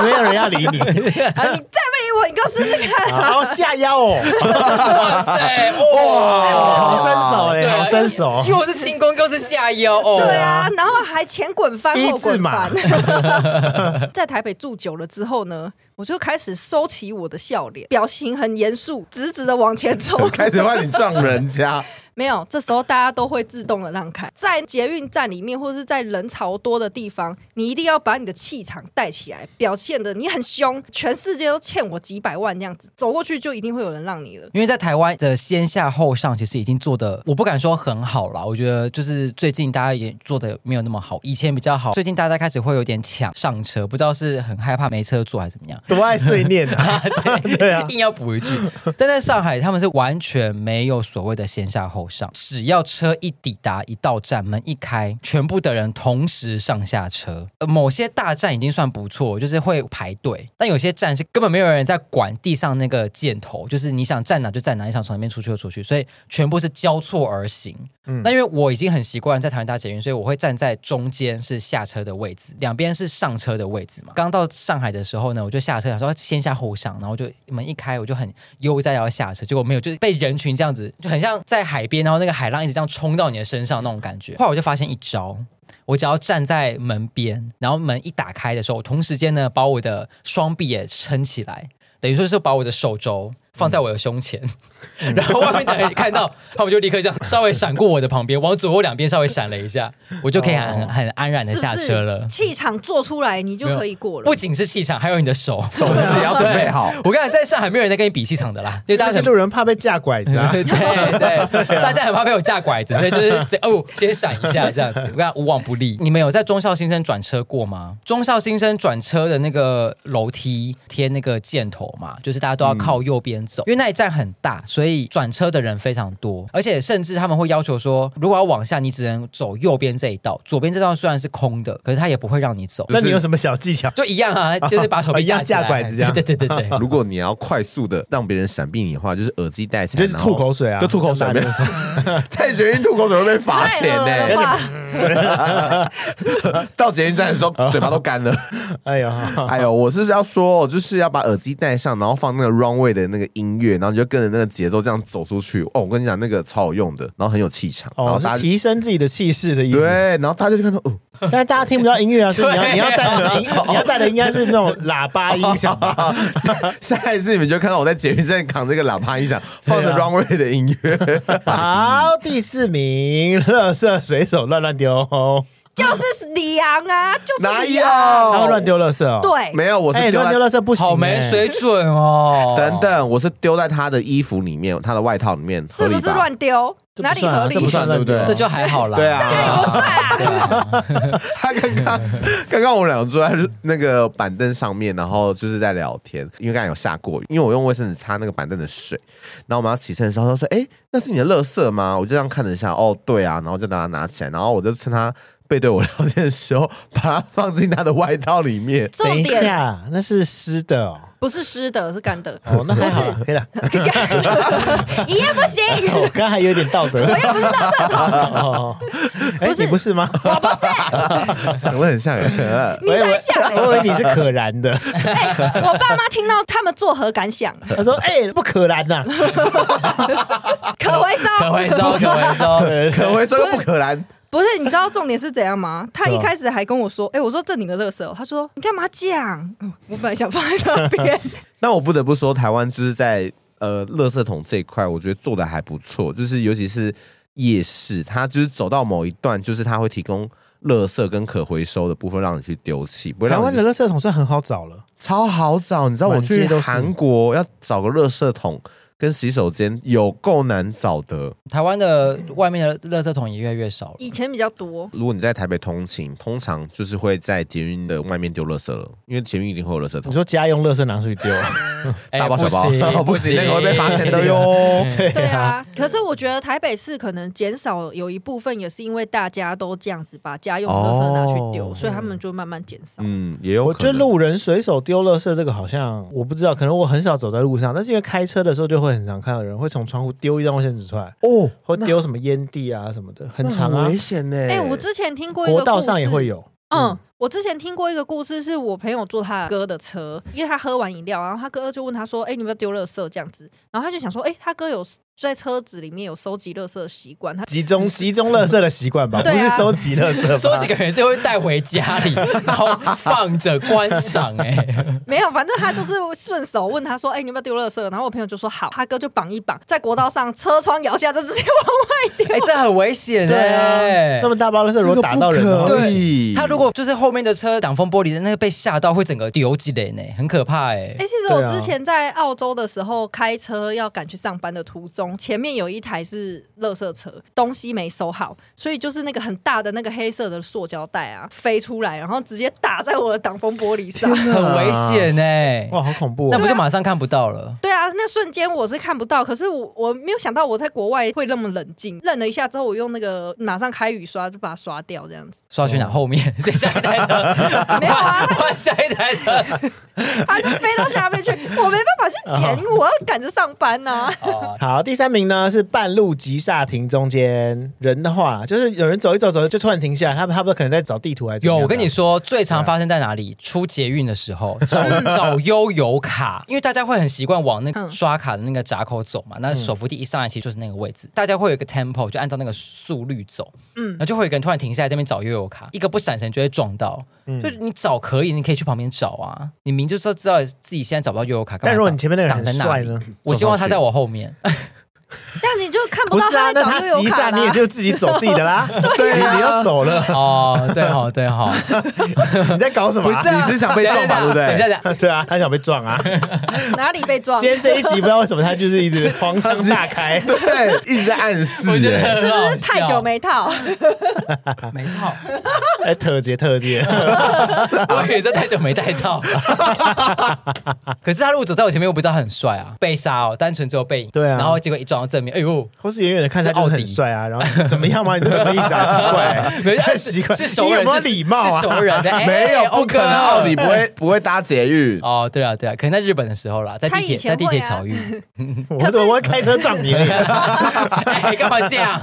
Speaker 2: 没有人要理你，
Speaker 1: 啊，你再不理我，你给我试试看。
Speaker 2: 好下腰 哦，
Speaker 3: 哇塞，哇，
Speaker 2: 好伸手
Speaker 3: 哦对
Speaker 2: 嘞，
Speaker 3: 啊
Speaker 2: 好伸手，
Speaker 3: 又是轻功，又是下腰哦。
Speaker 1: 对啊，然后还前滚翻
Speaker 2: 一
Speaker 1: 后
Speaker 2: 字
Speaker 1: 滚
Speaker 2: 马
Speaker 1: 翻。 在台北住久了之后呢，我就开始收起我的笑脸，表情很严肃，直直的往前 冲。
Speaker 4: 开始怕你撞人家，
Speaker 1: 没有，这时候大家都会自动的让开。在捷运站里面，或者是在人潮多的地方，你一定要把你的气场带起来，表现的你很凶，全世界都欠我几百万这样子，走过去就一定会有人让你了。
Speaker 3: 因为在台湾的先下后上，其实已经做的，我不敢说很好啦，我觉得就是最近大家也做的没有那么好，以前比较好，最近大家开始会有点抢上车，不知道是很害怕没车坐还是怎么样。
Speaker 2: 多爱碎念啊！ 对啊，
Speaker 3: 硬要补一句，但在上海他们是完全没有所谓的先下后上，只要车一抵达一到站，门一开，全部的人同时上下车。呃某些大站已经算不错，就是会排队，但有些站是根本没有人在管地上那个箭头，就是你想站哪就站哪，你想从那边出去就出去，所以全部是交错而行。那因为我已经很习惯在台湾搭捷运，所以我会站在中间是下车的位置，两边是上车的位置嘛。刚到上海的时候呢，我就下车想说先下后上，然后就门一开我就很悠哉要下车，结果没有，就是被人群这样子，就很像在海边，然后那个海浪一直这样冲到你的身上那种感觉。后来我就发现一招。我只要站在门边，然后门一打开的时候，我同时间呢把我的双臂也撑起来，等于说是把我的手肘放在我的胸前，然后外面的人看到，他们就立刻这样稍微闪过我的旁边，往左右两边稍微闪了一下，我就可以很很安然的
Speaker 1: 是
Speaker 3: 下
Speaker 1: 不
Speaker 3: 车了
Speaker 1: 是。气场做出来，你就可以过了。
Speaker 3: 不仅是气场，还有你的手。
Speaker 4: 手势也要准备好。
Speaker 3: 我跟你讲，在上海没有人在跟你比气场的啦， 就大
Speaker 2: 那
Speaker 3: 家
Speaker 2: 些
Speaker 3: 很。！
Speaker 2: 路人怕被架拐子啊
Speaker 3: 对对，大家很怕被我架拐子，所以就是这哦，先闪一下这样子。我跟你讲无往不利。你们有在中校新生转车过吗？中校新生转车的那个楼梯贴那个箭头嘛，就是大家
Speaker 2: 嗯
Speaker 3: 都要靠右边走，因为那一站很大，所以转车的人非常多，而且甚至他们会要求说，如果要往下，你只能走右边这一道，左边这道虽然是空的，可是他也不会让你走。
Speaker 2: 那你有什么小技巧？
Speaker 3: 就一样啊，就是把手臂
Speaker 2: 哦一样
Speaker 3: 架起来
Speaker 2: 架拐子这样
Speaker 3: 对对对对对，
Speaker 4: 如果你要快速的让别人闪避你的话，就是耳机戴起
Speaker 2: 你
Speaker 4: 来，
Speaker 2: 就是吐 口水啊！
Speaker 4: 就吐口水
Speaker 2: 大家就说
Speaker 4: 在捷运吐口水会被 罚
Speaker 1: 太
Speaker 4: 钱
Speaker 1: 恶了
Speaker 4: 呢、
Speaker 2: 啊
Speaker 1: 吧！
Speaker 4: 到捷运站的时候，嘴巴都 干了。
Speaker 2: 哎呦，
Speaker 4: 哎呦，我是要说，哦就是要把耳机戴上，然后放那个 runway 的那个音乐，然后你就跟着那个节奏这样走出去。哦，我跟你讲，那个超有用的，然后很有气场，然
Speaker 2: 哦
Speaker 4: 后，大
Speaker 2: 是
Speaker 4: 家
Speaker 2: 提升自己的气势的意
Speaker 4: 对
Speaker 2: 思。，
Speaker 4: 然后大家就看到哦，
Speaker 2: 但是大家听不到音乐啊，所以你要你要
Speaker 3: 对
Speaker 2: 带的是音，你要带的应该是那种喇叭音响吧。
Speaker 4: 啊下一次你们就看到我在捷运站扛这个喇叭音响，放着
Speaker 2: 对啊
Speaker 4: runway 的音 乐。
Speaker 2: 好，第四名，乐色随手乱乱丢，哦
Speaker 1: 哦就是李昂啊，就是
Speaker 4: 哪
Speaker 1: 李昂。
Speaker 2: 他会乱
Speaker 4: 有？
Speaker 2: 丢乐色哦。，
Speaker 1: 对，
Speaker 4: 没有，我
Speaker 2: 哎，
Speaker 4: 是丢
Speaker 2: 乱
Speaker 4: 在
Speaker 2: 丢乐色 不行，
Speaker 3: 好没
Speaker 2: 哎
Speaker 3: 水准哦。
Speaker 4: 等等，我是丢在他的衣服里面，他的外套里面，
Speaker 1: 是
Speaker 4: 合理
Speaker 1: 不
Speaker 4: 吧？
Speaker 1: 是乱丢？
Speaker 2: 这
Speaker 1: 哪
Speaker 2: 不
Speaker 1: 里
Speaker 2: 算啊
Speaker 1: 合
Speaker 2: 这不
Speaker 1: 理？
Speaker 2: 算乱丢，
Speaker 3: 这就还好啦。
Speaker 4: 对啊，
Speaker 1: 不算啊，
Speaker 4: 他 刚刚刚刚我们两个坐在那个板凳上面，然后就是在聊天，因为刚才有下过雨，因为我用卫生纸擦那个板凳的水，然后我们要起身的时候，他说：“哎、那是你的垃圾吗？”我就这样看了一下，哦，对啊，然后就把它拿起来，然后我就趁他背对我聊天的时候，把它放进他的外套里面。
Speaker 2: 等
Speaker 1: 重
Speaker 2: 一
Speaker 1: 点
Speaker 2: 下，那是湿的哦。
Speaker 1: 不是湿的，是干的。
Speaker 2: 哦，那还好，可以了。
Speaker 1: 一样不行，
Speaker 2: 我刚还有点道德。我又不是哦，哎，
Speaker 1: 不是
Speaker 2: 你不是吗？
Speaker 1: 我不 是，
Speaker 4: 长得很像人，
Speaker 1: 你才想欸
Speaker 2: 我以为 你是可燃 的。
Speaker 1: 哎，我爸妈听到他们作何感想？啊
Speaker 2: 他说：“哎，不可燃呐，
Speaker 1: 可回
Speaker 3: 可
Speaker 1: 收。
Speaker 3: 回 收，可回收。
Speaker 4: 可回收又不可燃，
Speaker 1: 不是，你知道重点是怎样吗？他
Speaker 2: 是吗
Speaker 1: 一开始还跟我说：“哎，我说这你的乐色。”他说：“你干嘛讲？”嗯我本来想放在那边，
Speaker 4: 那我不得不说，台湾就是在呃，垃圾桶这一块，我觉得做的还不错，就是尤其是夜市，它就是走到某一段，就是它会提供垃圾跟可回收的部分让你去丢弃，不会
Speaker 2: 台
Speaker 4: 让
Speaker 2: 湾
Speaker 4: 你
Speaker 2: 的
Speaker 4: 去
Speaker 2: 垃圾桶算很好找了，
Speaker 4: 超好找。你知道我
Speaker 2: 满街
Speaker 4: 去
Speaker 2: 都是
Speaker 4: 韩国要找个垃圾桶跟洗手间有够难找的。
Speaker 3: 台湾的外面的垃圾桶也越来越少了。
Speaker 1: 以前比较多。
Speaker 4: 如果你在台北通勤，通常就是会在捷运的外面丢垃圾了，因为捷运一定会有垃圾
Speaker 2: 你
Speaker 4: 桶。
Speaker 2: 说家用垃圾拿出去丢，
Speaker 3: 哎
Speaker 4: 大包小包， 哎
Speaker 3: 不行，
Speaker 4: 那个会被罚钱 的哟。
Speaker 1: 对啊，可是我觉得台北市可能减少有一部分也是因为大家都这样子把家用垃圾拿去丢，
Speaker 4: 哦
Speaker 1: 所以他们就慢慢减少。
Speaker 4: 嗯，也有
Speaker 2: 我
Speaker 4: 可
Speaker 2: 觉得
Speaker 4: 能。
Speaker 2: 路人随手丢垃圾这个好像我不知道，可能我很少走在路上，但是因为开车的时候就会很常看到有人会从窗户丢一张卫生纸出来，
Speaker 4: 哦，
Speaker 2: 或丢什么烟蒂啊什么的，很长
Speaker 4: 那
Speaker 2: 啊
Speaker 4: 危。险呢、
Speaker 1: 哎哎、我之前听过一个
Speaker 2: 国道
Speaker 1: 故
Speaker 2: 上也
Speaker 1: 事
Speaker 2: 会有，
Speaker 1: 嗯，我之前听过一个故事，是我朋友坐他哥的车，因为他喝完饮料，然后他哥就问他说：“哎、你有没有丢垃圾？”这样子，然后他就想说：“哎、他哥有在车子里面有收集垃圾的习惯，他
Speaker 2: 集中集中垃圾的习惯吧，不
Speaker 1: 对啊
Speaker 2: 是收集垃圾吧，
Speaker 3: 收几个人是会带回家里，然后放着观赏、 哎，
Speaker 1: 没有，反正他就是顺手问他说：‘哎、你有没有丢垃圾？’然后我朋友就说：‘好。’他哥就绑一绑，在国道上车窗摇下就直接往外丢。
Speaker 3: 哎、这很危险、哎
Speaker 2: 啊这么大包垃圾如果打到人的话，
Speaker 3: 这个不可
Speaker 4: 对
Speaker 3: 他如果就是后面的车挡风玻璃那个被吓到，会整个丢起来呢，很可怕哎、
Speaker 1: 哎、其实我
Speaker 2: 对啊
Speaker 1: 之前在澳洲的时候开车要赶去上班的途中，前面有一台是垃圾车，东西没收好，所以就是那个很大的那个黑色的塑胶袋啊飞出来，然后直接打在我的挡风玻璃上。
Speaker 3: 很危险哎、
Speaker 2: 哇，好恐怖
Speaker 3: 那不
Speaker 2: 哦！
Speaker 3: 就马上看不到了？
Speaker 1: 对啊，那瞬间我是看不到，可是我我没有想到我在国外会那么冷静。愣了一下之后，我用那个马上开雨刷就把它刷掉，这样子。
Speaker 3: 刷去哪？后面？ 所以下一台车？
Speaker 1: 没有啊
Speaker 3: 换换下一台车。
Speaker 1: 它啊就飞到下面 去，我没办法去捡，因为我要赶着上班啊呐、
Speaker 3: 哦
Speaker 2: 好，第三名呢是半路急刹停中间，人的话就是有人走一走走就突然停下来，他们他们可能在找地图还是怎么
Speaker 3: 有，
Speaker 2: 样
Speaker 3: 我
Speaker 2: 的
Speaker 3: 跟你说，最常发生在哪里？出捷运的 时候，找找悠游卡，因为大家会很习惯往那个
Speaker 1: 嗯
Speaker 3: 刷卡的那个闸口走
Speaker 2: 嗯
Speaker 3: 嘛。那手扶梯一上来，其实就是那个位置，大家会有一个 tempo，就按照那个速率走。嗯，然后就会有一个人突然停下来这边找悠游卡，一个不闪神就会撞到。
Speaker 2: 嗯
Speaker 3: 就你找可以，你可以去旁边找啊。你明就知道知道自己现在找不到悠游卡，干嘛
Speaker 2: 但如果你前面那个人
Speaker 3: 挡
Speaker 2: 很
Speaker 3: 在那
Speaker 2: 帅
Speaker 3: 里
Speaker 2: 呢？
Speaker 3: 我希望他在我后面。
Speaker 1: 但你就看不
Speaker 2: 不
Speaker 1: 到
Speaker 2: 是
Speaker 1: 他
Speaker 2: 啊，那
Speaker 1: 在
Speaker 2: 他
Speaker 1: 找悠
Speaker 2: 急
Speaker 1: 游
Speaker 2: 刹
Speaker 1: 卡啦
Speaker 2: 你也就自己走自己 的啦，对啊，你要走了，
Speaker 3: 哦，对好对 好，
Speaker 2: 你在搞什么啊？
Speaker 4: 你是想被撞吧？对不
Speaker 3: 等一下
Speaker 4: 对？，
Speaker 3: 等一下。
Speaker 2: 对啊，他想被撞 啊！
Speaker 1: 哪里被撞？啊
Speaker 2: 今天这一集不知道为什么他就是一直黄腔大开
Speaker 4: 对，一直在暗示
Speaker 3: 我觉得
Speaker 4: 哎
Speaker 1: 是不是太久没套？
Speaker 3: 没套？
Speaker 2: 哎，特节特节，
Speaker 3: 我也是太久没戴 套。可是他如果走在我前面，我不知道他很帅啊，被杀哦，单纯只有背影。
Speaker 2: 对啊
Speaker 3: 然后结果一撞到正面，哎呦，
Speaker 2: 或是远远的看他就是很帅啊，然后怎么样嘛？你这什么意思啊？奇
Speaker 3: 没
Speaker 2: 怪，太
Speaker 3: 事
Speaker 2: 奇怪，
Speaker 3: 是熟人
Speaker 2: 你有没有
Speaker 3: 是
Speaker 2: 礼貌啊？
Speaker 3: 是熟人的哎
Speaker 2: 没有，不可
Speaker 3: 欧哥
Speaker 2: 能。
Speaker 4: 然后你不会 不会搭捷运，
Speaker 3: 哦，对啊，对啊，可能在日本的时候啦，在地
Speaker 1: 他
Speaker 3: 铁、
Speaker 1: 以前
Speaker 3: 在地铁
Speaker 1: 会啊
Speaker 3: 巧遇，
Speaker 2: 我怎么会开车撞你 而已？
Speaker 3: 哎，干嘛这样？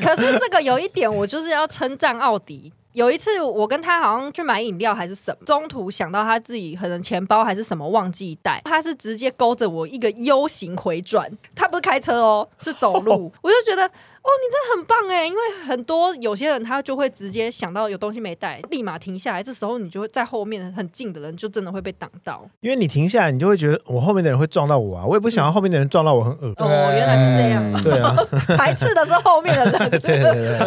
Speaker 1: 可是这个有一点，我就是要称赞奥迪。有一次，我跟他好像去买饮料还是什么，中途想到他自己可能钱包还是什么忘记带，他是直接勾着我一个 U 型回转，他不是开车哦，是走路， 我就觉得。哦，你这很棒哎！因为很多有些人他就会直接想到有东西没带，立马停下来。这时候你就会在后面很近的人就真的会被挡到。
Speaker 2: 因为你停下来，你就会觉得我后面的人会撞到我啊，我也不想要后面的人撞到我，很恶。
Speaker 1: 哦，原来是这样，
Speaker 2: 对啊，
Speaker 1: 排斥的是后面的人。
Speaker 2: 对 对对。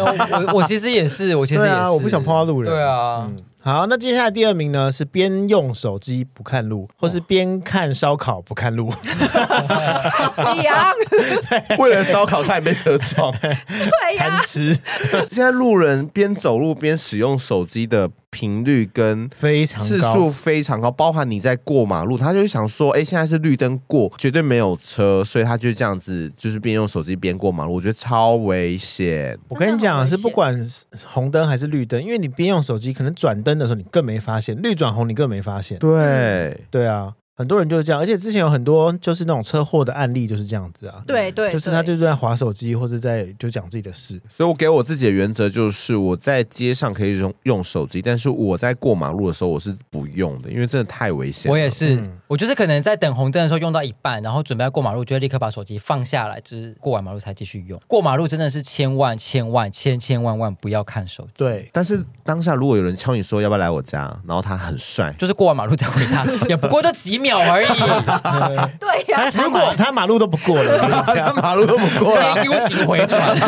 Speaker 3: 我我其实也是，我其实也
Speaker 2: 对
Speaker 3: 是，
Speaker 2: 啊，我不想碰嗯到路人。
Speaker 3: 对，啊，
Speaker 2: 好，那接下来第二名呢是边用手机不看路，或是边看烧烤不看路。
Speaker 1: 一样，
Speaker 4: 为了烧烤差点被车 撞。
Speaker 1: 对呀、
Speaker 2: 贪吃，
Speaker 4: 现在路人边走路边使用手机的频率跟
Speaker 2: 非常
Speaker 4: 次
Speaker 2: 高
Speaker 4: 数非常高，包含你在过马路，他就会想说，哎、现在是绿灯过，绝对没有车，所以他就这样子，就是边用手机边过马路，我觉得超危险。
Speaker 2: 我跟你
Speaker 1: 真的好
Speaker 2: 讲，
Speaker 1: 危
Speaker 2: 是
Speaker 1: 险
Speaker 2: 不管是红灯还是绿灯，因为你边用手机，可能转灯的时候你更没发现，绿转红你更没发现。
Speaker 4: 对，
Speaker 2: 对啊，很多人就是这样，而且之前有很多就是那种车祸的案例就是这样子啊。
Speaker 1: 对对，
Speaker 2: 就是他
Speaker 1: 对
Speaker 2: 就是在划手机，或是在就讲自己的事。
Speaker 4: 所以我给我自己的原则就是，我在街上可以用用手机，但是我在过马路的时候我是不用的，因为真的太危险了。
Speaker 3: 我也是，
Speaker 4: 嗯
Speaker 3: 我就是可能在等红灯的时候用到一半，然后准备要过马路，就会立刻把手机放下来，就是过完马路才继续用。过马路真的是千万千万千千万万不要看手机。。
Speaker 2: 对，
Speaker 4: 但是当下如果有人敲你说要不要来我家，然后他很帅，
Speaker 3: 就是过完马路再回他，也不过就几秒 而已。
Speaker 1: 对呀、
Speaker 2: 他如果他马路都不过了，我跟你讲
Speaker 4: 他马路都不过
Speaker 3: 直接 U 型回转，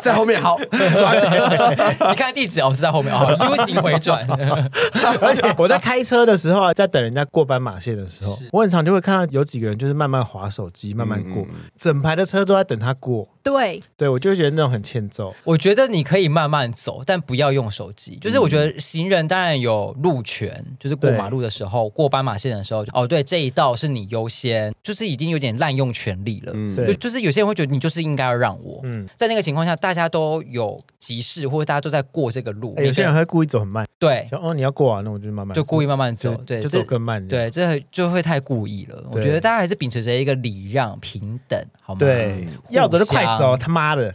Speaker 4: 在后面 好转。
Speaker 3: 你看地址哦是在后面哦，U 型回转。
Speaker 2: 而且我在开车的时候啊，在等人家过斑马线的时候
Speaker 3: 是，
Speaker 2: 我很常就会看到有几个人就是慢慢划手机，慢慢
Speaker 3: 嗯
Speaker 2: 过，整排的车都在等他过。
Speaker 1: 对，
Speaker 2: 对我就会觉得那种很欠揍。
Speaker 3: 我觉得你可以慢慢走，但不要用
Speaker 2: 嗯
Speaker 3: 手机。就是我觉得行人当然有路权，就是过马路的时候、过斑马线的时候，哦，对，这一道是你优先，就是已经有点滥用权利了。
Speaker 4: 嗯，
Speaker 2: 对
Speaker 3: 就就是有些人会觉得你就是应该要让我，嗯，在那个情况下，大家都有急事，或者大家都在过这个路，
Speaker 2: 哎有些人会故意走很慢，
Speaker 3: 对，
Speaker 2: 说哦你要过啊，那我就慢慢
Speaker 3: 就故意慢慢走
Speaker 2: 就，
Speaker 3: 对，
Speaker 2: 就
Speaker 3: 这
Speaker 2: 走更慢。
Speaker 3: 对，这就会太故意了。我
Speaker 2: 对
Speaker 3: 觉得大家还是秉持着一个礼让、平等，好吗？
Speaker 2: 对，要走就快走，他妈的！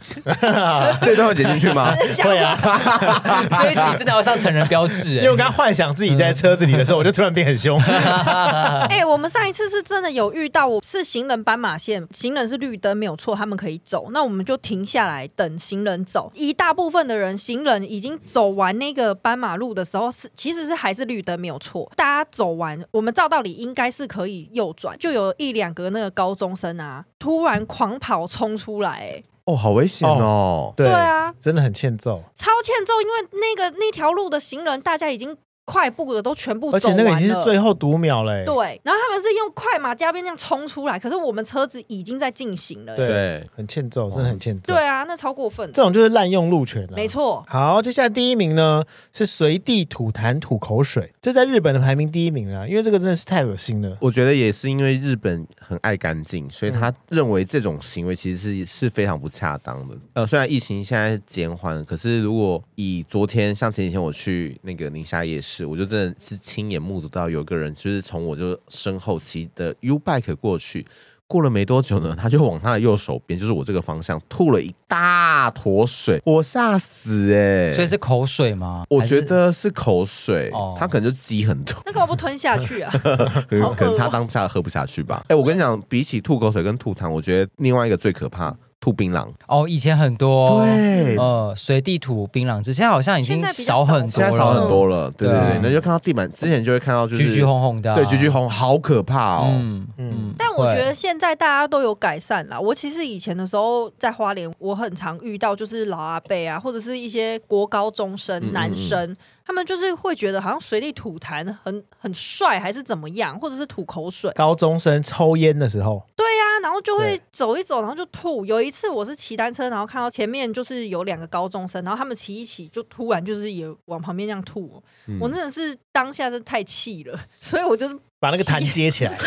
Speaker 4: 这段会剪进去 吗？
Speaker 2: 对啊，
Speaker 3: 这一集真的要上成人标志、
Speaker 2: 因为我
Speaker 3: 欸。
Speaker 2: 刚幻想自己在车子里的时候，我就突然变很凶。
Speaker 3: 嗯
Speaker 1: 哎、我们上一次是真的有遇到，我是行人斑马线，行人是绿灯没有错，他们可以走，那我们就停下来等行人走。一大部分的人，行人已经走完那个斑马路的时候，是其实是还是绿灯没有错，大家走完，我们照道理应该是可以右转，就有一两个那个高中生啊，突然狂跑冲出来、哎
Speaker 4: 哦，好危险哦！
Speaker 2: 对
Speaker 1: 对啊
Speaker 2: 真的很欠揍。
Speaker 1: 超欠揍，因为那个那条路的行人，大家已经快步的都全部
Speaker 2: 而
Speaker 1: 走
Speaker 2: 且
Speaker 1: 完
Speaker 2: 那
Speaker 1: 了，
Speaker 2: 个已经是最后读秒了、欸，
Speaker 1: 对，然后他们是用快马加鞭那样冲出来，可是我们车子已经在进行了。
Speaker 2: 对
Speaker 4: 对，
Speaker 2: 很欠揍，真的很欠揍。
Speaker 1: 对，啊，那超过分的。
Speaker 2: 这种就是滥用路权、啊，
Speaker 1: 没。错，
Speaker 2: 好，接下来第一名呢是随地吐痰吐口水，这在日本的排名第一名啊啦，因为这个真的是太恶心了。
Speaker 4: 我觉得也是因为日本很爱干净，所以
Speaker 3: 嗯
Speaker 4: 他认为这种行为其实是是非常不恰当的。呃，虽然疫情现在减缓，可是如果以昨天像前几天我去那个宁夏夜市，我就真的是亲眼目睹到有一个人就是从我就身后骑的 U bike 过去。过了没多久呢，他就往他的右手边，就是我这个方向，吐了一大坨水，我吓死哎、
Speaker 3: 所以是口水吗？
Speaker 4: 我
Speaker 3: 还是
Speaker 4: 觉得是口水，
Speaker 3: 哦
Speaker 4: 他可能就积很多，
Speaker 1: 那个我不吞下去啊。 好恶哦
Speaker 4: 可能他当下喝不下去吧。哎、我跟你讲，比起吐口水跟吐痰，我觉得另外一个最可怕，吐槟榔。
Speaker 3: 哦，以前很多，
Speaker 4: 对
Speaker 3: 呃，随地吐槟榔汁，现在好像已经
Speaker 1: 现在比较
Speaker 3: 少很多
Speaker 4: 现
Speaker 3: 了，
Speaker 4: 在少很多了，对对
Speaker 3: 对啊
Speaker 4: 对，那就看到地板之前就会看到就是
Speaker 3: 橘橘红红的啊，
Speaker 4: 对橘橘红，好可怕哦。
Speaker 3: 嗯
Speaker 2: 嗯
Speaker 3: 嗯，
Speaker 1: 但我觉
Speaker 3: 会
Speaker 1: 得现在大家都有改善啦。我其实以前的时候在花莲，我很常遇到就是老阿伯啊，或者是一些国高中
Speaker 4: 嗯
Speaker 1: 生
Speaker 4: 嗯
Speaker 1: 男生，他们就是会觉得好像随地吐痰很很帅，还是怎么样，或者是吐口水。
Speaker 2: 高中生抽烟的时候，
Speaker 1: 对呀、啊然后就会
Speaker 2: 对
Speaker 1: 走一走，然后就吐。有一次我是骑单车，然后看到前面就是有两个高中生，然后他们骑一骑，就突然就是也往旁边这样吐。哦我
Speaker 3: 嗯
Speaker 1: 真的是当下真的太气了，所以我就是
Speaker 2: 把那个痰接起 来，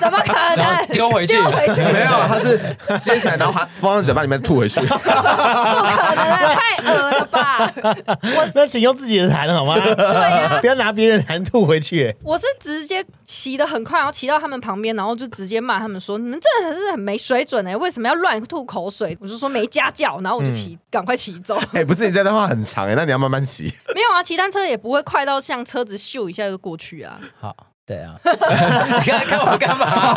Speaker 1: 怎么可
Speaker 3: 然后
Speaker 1: 能
Speaker 3: 丢回去
Speaker 1: 丢回去？
Speaker 4: 没有，他是接起来，然后还放在嘴巴里面吐回 去。
Speaker 1: 不可能啊，太恶了吧！
Speaker 2: 那请用自己的痰好吗？ 不要拿别人的痰吐回去、欸
Speaker 1: 我是直接骑的很快，然后骑到他们旁边，然后就直接骂他们说：“你们真的是很没水准哎、为什么要乱吐口水？”我就说没家教，然后我
Speaker 3: 嗯
Speaker 1: 就骑，赶快骑走。
Speaker 4: 哎、不是你这段话很长哎、那你要慢慢 骑。
Speaker 1: 没有啊，骑单车也不会快到像车子咻一下就过去啊。
Speaker 3: 好。对啊，你看看我干嘛？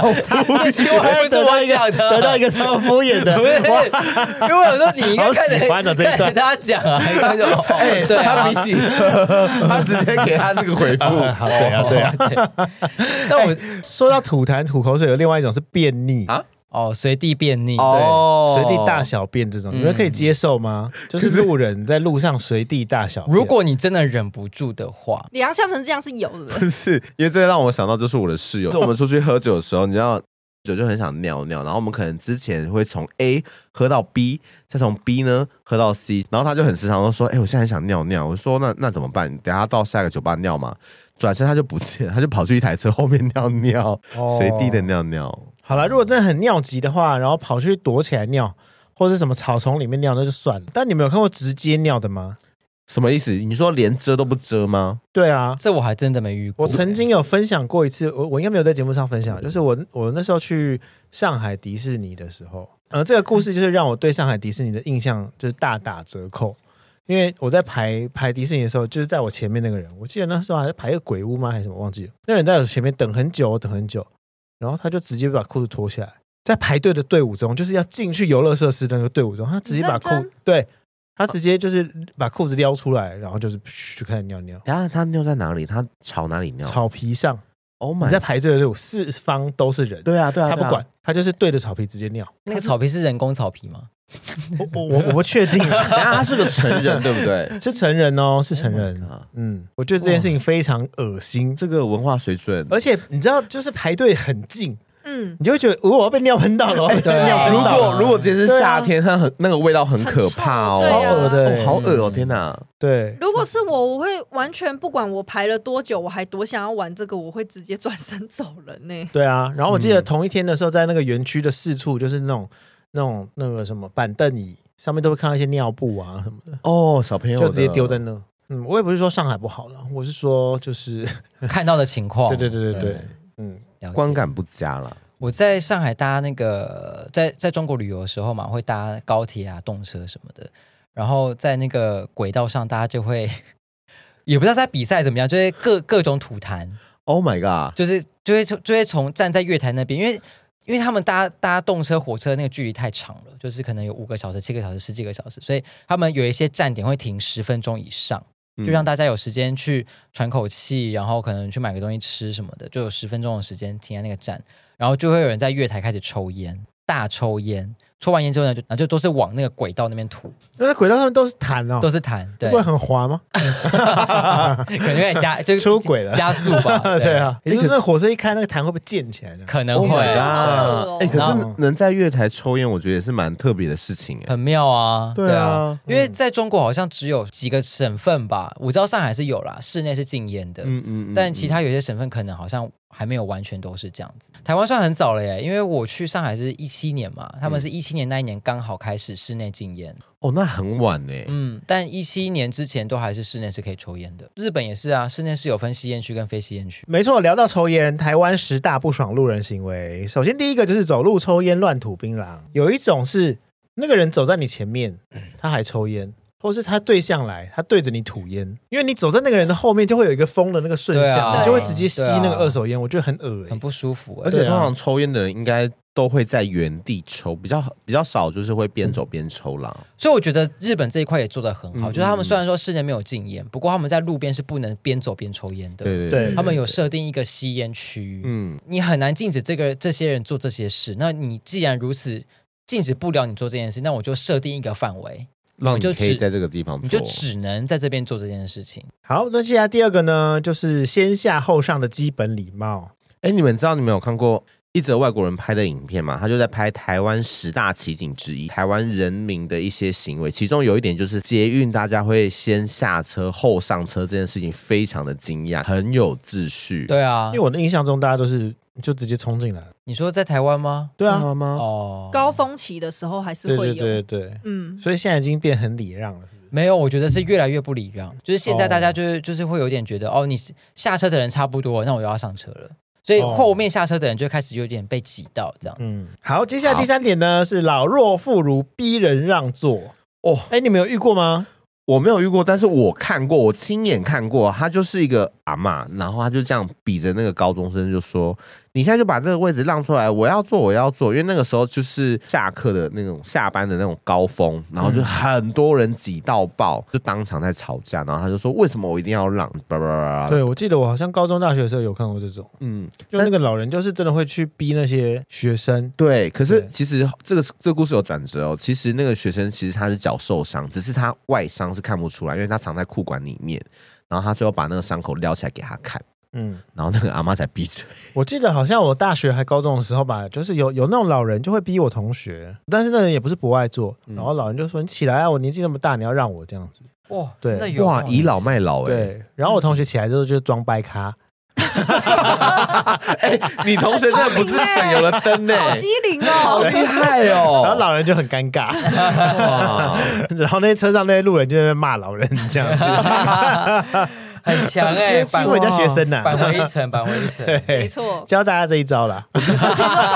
Speaker 3: 这句话不是
Speaker 2: 得到
Speaker 3: 我
Speaker 2: 一个
Speaker 3: 讲的，
Speaker 2: 得到一个超敷衍 的
Speaker 3: 不，是，因为我说你应该看
Speaker 2: 好喜欢哦
Speaker 3: 着
Speaker 2: 这一段
Speaker 3: 看着他讲啊，应该就哦对
Speaker 4: 他
Speaker 3: 啊
Speaker 4: 比，起他直接给他这个 回复，
Speaker 2: 好对啊对啊。
Speaker 3: 但我
Speaker 2: 说到吐痰吐口水，有另外一种是便秘
Speaker 4: 啊
Speaker 3: 哦随地便溺，
Speaker 4: 哦，
Speaker 2: 随地大小便这种，你们可以接受吗？就是路人在路上随地大小便，
Speaker 3: 如果你真的忍不住的话，
Speaker 1: 梁笑成这样是有的，
Speaker 4: 不是，因为这让我想到就是我的室友，就我们出去喝酒的时候，你知道。酒就很想尿尿，然后我们可能之前会从 A 喝到 B，再从 B 呢喝到 C，然后他就很时常都说：“哎、我现在很想尿尿。”我说：“那那怎么办？等下到下个酒吧尿嘛。”转身他就不见了，他就跑去一台车后面尿尿，
Speaker 2: 哦
Speaker 4: 随地的尿尿。
Speaker 2: 好了，如果真的很尿急的话，然后跑去躲起来尿，或者什么草丛里面尿，那就算了。但你们有看过直接尿的吗？
Speaker 4: 什么意思？你说连遮都不遮吗？
Speaker 2: 对啊，
Speaker 3: 这我还真的没遇过。
Speaker 2: 我曾经有分享过一次，我我应该没有在节目上分享，就是我我那时候去上海迪士尼的时候，呃，这个故事就是让我对上海迪士尼的印象就是大打折扣。因为我在排排迪士尼的时候，就是在我前面那个人，我记得那时候还在排一个鬼屋吗还是什么，忘记了。那人在我前面等很久，等很久，然后他就直接把裤子脱下来，在排队的队伍中，就是要进去游乐设施的那个队伍中，他直接把裤
Speaker 1: 你认真
Speaker 2: 对他直接就是把裤子撩出来，然后就是嘘就开始尿尿，
Speaker 4: 等下他尿在哪里？他朝哪里尿
Speaker 2: 草皮上。
Speaker 4: ？Oh
Speaker 2: 你
Speaker 4: my！
Speaker 2: 在排队的队伍，四方都是人，
Speaker 4: 对啊，对啊，
Speaker 2: 他
Speaker 4: 对
Speaker 2: 不
Speaker 4: 啊
Speaker 2: 管，他就是对着草皮直接尿。
Speaker 3: 那个草皮是人工草皮吗？
Speaker 2: 我我
Speaker 4: 啊
Speaker 2: 我我不确定，
Speaker 4: 等下他是个成人，对不对？
Speaker 2: 是成人哦，是成人
Speaker 4: Oh my god。
Speaker 2: 嗯，我觉得这件事情非常恶心，
Speaker 4: 这个文化水准，
Speaker 2: 而且你知道，就是排队很近，
Speaker 1: 嗯，
Speaker 2: 你就会觉得，如果我要被尿喷到了，我要被
Speaker 3: 对啊
Speaker 2: 尿
Speaker 4: 哎如
Speaker 2: 喷到
Speaker 4: 果
Speaker 2: 了
Speaker 4: 如果今天是夏天，它很那个味道很可怕
Speaker 1: 很臭
Speaker 4: 哦，
Speaker 1: 对啊
Speaker 2: 好恶
Speaker 4: 哦
Speaker 2: 的，
Speaker 4: 好恶哦，天哪！
Speaker 2: 对。
Speaker 1: 如果是我，我会完全不管我排了多久，我还多想要玩这个，我会直接转身走人呢、
Speaker 2: 对啊，然后我记得同一天的时候，在那个园区的四处，就是那种、那种、那个什么板凳椅上面，都会看到一些尿布啊什么的，
Speaker 4: 哦，小朋友
Speaker 2: 就直接丢在那。嗯，我也不是说上海不好了，我是说就是，
Speaker 3: 看到的情
Speaker 4: 哦
Speaker 3: 况。
Speaker 2: 对对对对对
Speaker 3: 对，
Speaker 2: 嗯，
Speaker 3: 了解
Speaker 4: 观感不佳了。
Speaker 3: 我在上海搭那个在在中国旅游的时候嘛，会搭高铁啊、动车什么的，然后在那个轨道上，大家就会 也不知道在比赛怎么样，就会各各种吐痰，
Speaker 4: Oh my god！
Speaker 3: 就是就会就会从站在月台那边，因为因为他们搭搭动车、火车那个距离太长了，就是可能有五个小时、七个小时、十几个小时，所以他们有一些站点会停十分钟以上。
Speaker 4: 嗯
Speaker 3: 就让大家有时间去喘口气，然后可能去买个东西吃什么的，就有十分钟的时间停在那个站，然后就会有人在月台开始抽烟，大抽烟，抽完烟之后呢，就然后就都是往那个轨道那边吐，
Speaker 2: 那在轨道上面都是痰
Speaker 4: 啊
Speaker 2: 哦，
Speaker 3: 都是痰，对，
Speaker 2: 不会很滑吗？
Speaker 3: 可能会加就是
Speaker 2: 出轨了
Speaker 3: 加速 吧，
Speaker 2: 对，啊，也就是那火车一开，那个痰会不会啊溅起来的？
Speaker 3: 可能
Speaker 4: Oh
Speaker 3: 会
Speaker 4: my
Speaker 1: 好恶
Speaker 4: god！
Speaker 1: 哦
Speaker 4: 哎、可
Speaker 3: 然
Speaker 2: 后
Speaker 4: 是能在月台抽烟，我觉得也是蛮特别的事情哎、
Speaker 3: 很妙啊，
Speaker 4: 对啊
Speaker 3: 对啊，因为在中国好像只有几个省份吧，我知道上海是有啦，室内是禁烟的，
Speaker 4: 嗯嗯嗯
Speaker 3: 但其他有些省份可能好像还没有完全都是这样子。台湾算很早了耶，因为我去上海是一七年嘛，他们
Speaker 4: 嗯
Speaker 3: 是一七年那一年刚好开始室内禁烟，
Speaker 4: 哦，那很晚哎、
Speaker 3: 嗯，但一七年之前都还是室内是可以抽烟的。日本也是啊，室内是有分吸烟区跟非吸烟区。
Speaker 2: 没错，聊到抽烟，台湾十大不爽路人行为，首先第一个就是走路抽烟、乱吐槟榔。有一种是那个人走在你前面，
Speaker 3: 嗯
Speaker 2: 他还抽烟，或是他对象来，他对着你吐烟，因为你走在那个人的后面，就会有一个风的那个顺
Speaker 3: 对
Speaker 2: 向，
Speaker 3: 啊
Speaker 2: 你就会直接吸
Speaker 3: 对啊
Speaker 2: 那个二手烟，我觉得很恶
Speaker 3: 很
Speaker 2: 心。
Speaker 3: 不舒服、
Speaker 4: 而且
Speaker 3: 欸，
Speaker 2: 对啊
Speaker 4: 通常抽烟的人应该都会在原地抽，比较比较少，就是会边走边抽啦。
Speaker 3: 所以我觉得日本这一块也做得很好，
Speaker 4: 嗯
Speaker 3: 就是他们虽然说室内没有禁烟，不过他们在路边是不能边走边抽烟的，
Speaker 4: 对
Speaker 2: 对
Speaker 3: 他们有设定一个吸烟区，
Speaker 4: 嗯，
Speaker 3: 你很难禁止这个这些人做这些事。那你既然如此禁止不了你做这件事，那我就设定一个范围，
Speaker 4: 让你
Speaker 3: 就
Speaker 4: 可以
Speaker 3: 只
Speaker 4: 在这个地方做，
Speaker 3: 你就只能在这边做这件事情。
Speaker 2: 好，那接下来第二个呢，就是先下后上的基本礼貌。
Speaker 4: 哎、你们知道你们有看过一则外国人拍的影片吗？他就在拍台湾十大奇景之一，台湾人民的一些行为，其中有一点就是捷运大家会先下车后上车这件事情，非常的惊讶，很有秩序。
Speaker 3: 对啊
Speaker 2: 因为，我的印象中，大家都是就直接冲进来。
Speaker 3: 你说在台湾吗？
Speaker 2: 对啊，
Speaker 4: 妈妈，
Speaker 3: 哦，
Speaker 1: 高峰期的时候还是
Speaker 2: 对
Speaker 1: 会
Speaker 2: 对
Speaker 1: 有，
Speaker 2: 对对，
Speaker 1: 嗯，
Speaker 2: 所以现在已经变很礼让了。
Speaker 3: 没有，我觉得是越来越不礼让。就是现在
Speaker 2: 哦
Speaker 3: 大家就是、就是会有点觉得，哦，你下车的人差不多，那我又要上车了。所以
Speaker 2: 哦
Speaker 3: 后面下车的人就开始有点被挤到这样子。
Speaker 2: 嗯，好，接下来第三点呢是老弱妇孺逼人让座。
Speaker 4: 哦，
Speaker 2: 哎，你们有遇过吗？
Speaker 4: 我没有遇过，但是我看过，我亲眼看过，他就是一个阿嬷，然后他就这样比着那个高中生就说：“你现在就把这个位置让出来，我要坐，我要坐。”因为那个时候就是下课的那种下班的那种高峰，然后就很多人挤到爆，就当场在吵架，然后他就说：“为什么我一定要让？” 叭叭叭叭叭，
Speaker 2: 对，我记得我好像高中、大学的时候有看过这种，
Speaker 4: 嗯，
Speaker 2: 就那个老人就是真的会去逼那些学生。
Speaker 4: 对，可是
Speaker 2: 对
Speaker 4: 其实这个这个故事有转折哦。其实那个学生其实他是脚受伤，只是他外伤是看不出来，因为他藏在裤管里面。然后他最后把那个伤口撩起来给他看，
Speaker 2: 嗯，
Speaker 4: 然后那个阿妈才闭嘴。
Speaker 2: 我记得好像我大学还高中的时候吧，就是有有那种老人就会逼我同学，但是那人也不是不爱做，
Speaker 4: 嗯
Speaker 2: 然后老人就说：“你起来啊，我年纪那么大，你要让我这样子。
Speaker 3: 哇，
Speaker 2: 对
Speaker 3: 真的有
Speaker 4: 哇，倚老卖老哎、
Speaker 2: 对，然后我同学起来之后就装掰咖，
Speaker 4: 你同学真的不是省油的灯呢、
Speaker 1: 好机灵
Speaker 4: 好
Speaker 1: 哦，
Speaker 4: 厉害
Speaker 2: 然后
Speaker 4: 哦！
Speaker 2: 老人就很尴尬，
Speaker 4: 哇
Speaker 2: 然后那些车上那些路人就在那边骂老人这样 子，
Speaker 3: 很强 哎、欸，
Speaker 2: 欺负人家学生啊呐、
Speaker 3: 返回一层，返回一层。
Speaker 1: 没 错，
Speaker 2: 教大家这一招啦。
Speaker 1: 装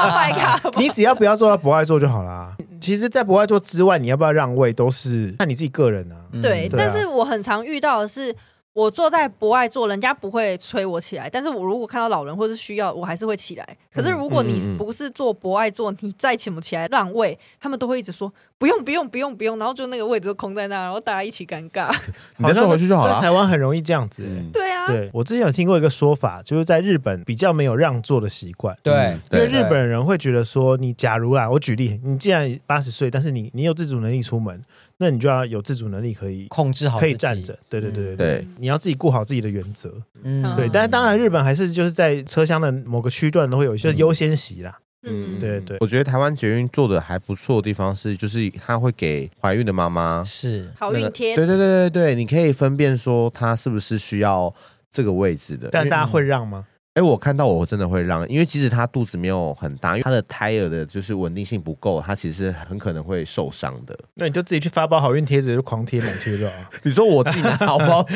Speaker 1: 白卡，
Speaker 2: 你只要不要做到不爱做就好啦。其实，在不爱做之外，你要不要让位都是看你自己个人啊。
Speaker 3: 嗯
Speaker 1: 对，
Speaker 2: 对啊
Speaker 1: 但是我很常遇到的是，我坐在不爱坐，人家不会催我起来，但是我如果看到老人或是需要，我还是会起来。可是如果你
Speaker 4: 嗯嗯嗯
Speaker 1: 不是坐不爱坐，你再起不起来让位，他们都会一直说不用不用不用不用，然后就那个位置就空在那，然后大家一起尴尬。
Speaker 4: 你再坐回去就好
Speaker 2: 在
Speaker 4: 了。
Speaker 2: 台湾很容易这样子、
Speaker 4: 嗯
Speaker 1: 对啊，
Speaker 2: 对我之前有听过一个说法，就是在日本比较没有让座的习惯。
Speaker 3: 对
Speaker 4: 嗯，
Speaker 2: 因为
Speaker 4: 对
Speaker 2: 日本人会觉得说，你假如啊，我举例，你既然八十岁，但是你你有自主能力出门，那你就要有自主能力，可以
Speaker 3: 控制好
Speaker 2: 可以
Speaker 3: 自己
Speaker 2: 站着。对对对对对，
Speaker 4: 对，
Speaker 2: 你要自己顾好自己的原则。
Speaker 3: 嗯
Speaker 2: 对，
Speaker 1: 嗯
Speaker 2: 但是当然，日本还是就是在车厢的某个区段都会有一些
Speaker 3: 嗯
Speaker 2: 优先席啦。
Speaker 1: 嗯，
Speaker 2: 对对
Speaker 4: 我觉得台湾捷运做的还不错的地方是，就是它会给怀孕的妈妈
Speaker 3: 是
Speaker 1: 好
Speaker 4: 那
Speaker 1: 运
Speaker 4: 个
Speaker 1: 贴
Speaker 4: 对对对对对，你可以分辨说她是不是需要这个位置的。
Speaker 2: 但
Speaker 4: 因为
Speaker 2: 大家会让吗？
Speaker 4: 哎，我看到我真的会让，因为即使她肚子没有很大，因为她的胎儿的就是稳定性不够，她其实很可能会受伤的。
Speaker 2: 那你就自己去发包好运贴纸，就狂贴满贴就好了。
Speaker 4: 你说我自己拿好包，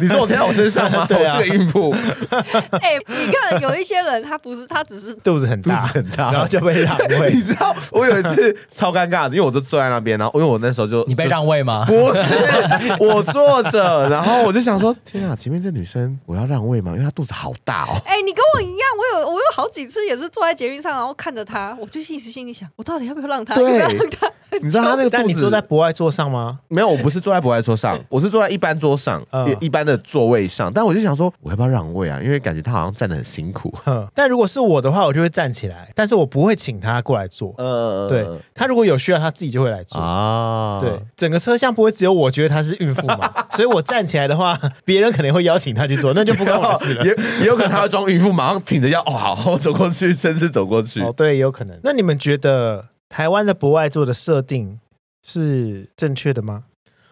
Speaker 4: 你说我贴在我身上吗？
Speaker 2: 对啊
Speaker 4: 我是个孕妇，
Speaker 1: 哎、你看有一些人，他不是他只是
Speaker 2: 肚子很大，
Speaker 4: 很 大
Speaker 2: 然后就被让
Speaker 4: 你
Speaker 2: 位。
Speaker 4: 知道我有一次超尴尬的，因为我就坐在那边，然后因为我那时候就
Speaker 3: 你被让位吗？
Speaker 4: 不是，我坐着，然后我就想说，天啊，前面这女生我要让位吗？因为她肚子好大哦。
Speaker 1: 哎、你跟我一样，我有我有好几次也是坐在捷运上，然后看着他，我就一直心里想，我到底要不要让他？要不
Speaker 4: 对
Speaker 1: 要让他？
Speaker 4: 你知道她那个
Speaker 2: 但
Speaker 4: 肚
Speaker 2: 你
Speaker 4: 子
Speaker 2: 坐在博爱座上吗？
Speaker 4: 没有，我不是坐在博爱桌上，我是坐在一般桌上，
Speaker 2: 嗯
Speaker 4: 一一般的座位上。但我就想说，我要不要让位啊？因为感觉她好像站得很辛苦。
Speaker 2: 哼，但如果是我的话，我就会站起来，但是我不会请他过来坐。
Speaker 4: 呃，
Speaker 2: 对他如果有需要，他自己就会来坐。
Speaker 4: 啊，
Speaker 2: 对，整个车厢不会只有我觉得她是孕妇 嘛，所以我站起来的话，别人可能会邀请她去坐，那就不关我的事 了。
Speaker 4: 也也有可能她要装孕妇，马上挺着腰，哦，好，我走过去，甚至走过去。
Speaker 2: 哦，对，有可能。那你们觉得台湾的博爱座的设定是正确的吗？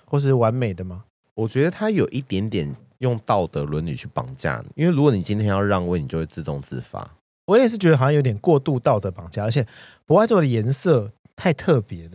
Speaker 2: 或是完美的吗？
Speaker 4: 我觉得他有一点点用道德伦理去绑架你，因为如果你今天要让位，你就会自动自发。
Speaker 2: 我也是觉得好像有点过度道德绑架，而且博爱座的颜色太特别了，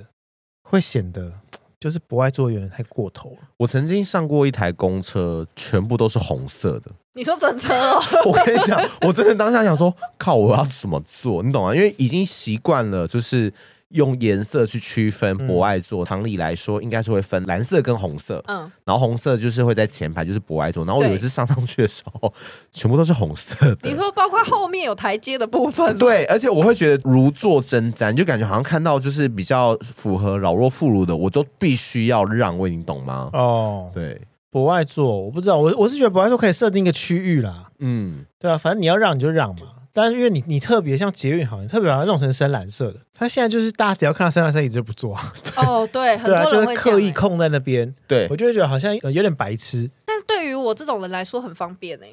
Speaker 2: 会显得就是博爱座有点太过头了。
Speaker 4: 我曾经上过一台公车，全部都是红色的。
Speaker 1: 你说整车、哦，
Speaker 4: 我跟你讲，我真的当下想说，靠，我要怎么做？你懂吗？因为已经习惯了，就是用颜色去区分博爱座。常理来说，应该是会分蓝色跟红色，
Speaker 1: 嗯，
Speaker 4: 然后红色就是会在前排，就是博爱座。然后我
Speaker 1: 对
Speaker 4: 有一次上上去的时候，全部都是红色的。
Speaker 1: 你说包括后面有台阶的部分，，
Speaker 4: 对，而且我会觉得如坐针毡，就感觉好像看到就是比较符合老弱妇孺的，我都必须要让位，你懂吗？
Speaker 2: 哦，
Speaker 4: 对，
Speaker 2: 博爱座我不知道，我我是觉得博爱座可以设定一个区域啦，
Speaker 4: 嗯，
Speaker 2: 对啊，反正你要让你就让嘛。但是因为你你特别像捷运好，你特别把它弄成深蓝色的，它现在就是大家只要看到深蓝色椅子就不坐，
Speaker 1: 哦，对，很
Speaker 2: 对啊，
Speaker 1: 多
Speaker 2: 就
Speaker 1: 人
Speaker 2: 是
Speaker 1: 会
Speaker 2: 刻意
Speaker 1: 这样哎
Speaker 2: 空在那边，
Speaker 4: 对
Speaker 2: 我，就会觉得好像呃有点白痴，
Speaker 1: 但是对于我这种人来说很方便呢、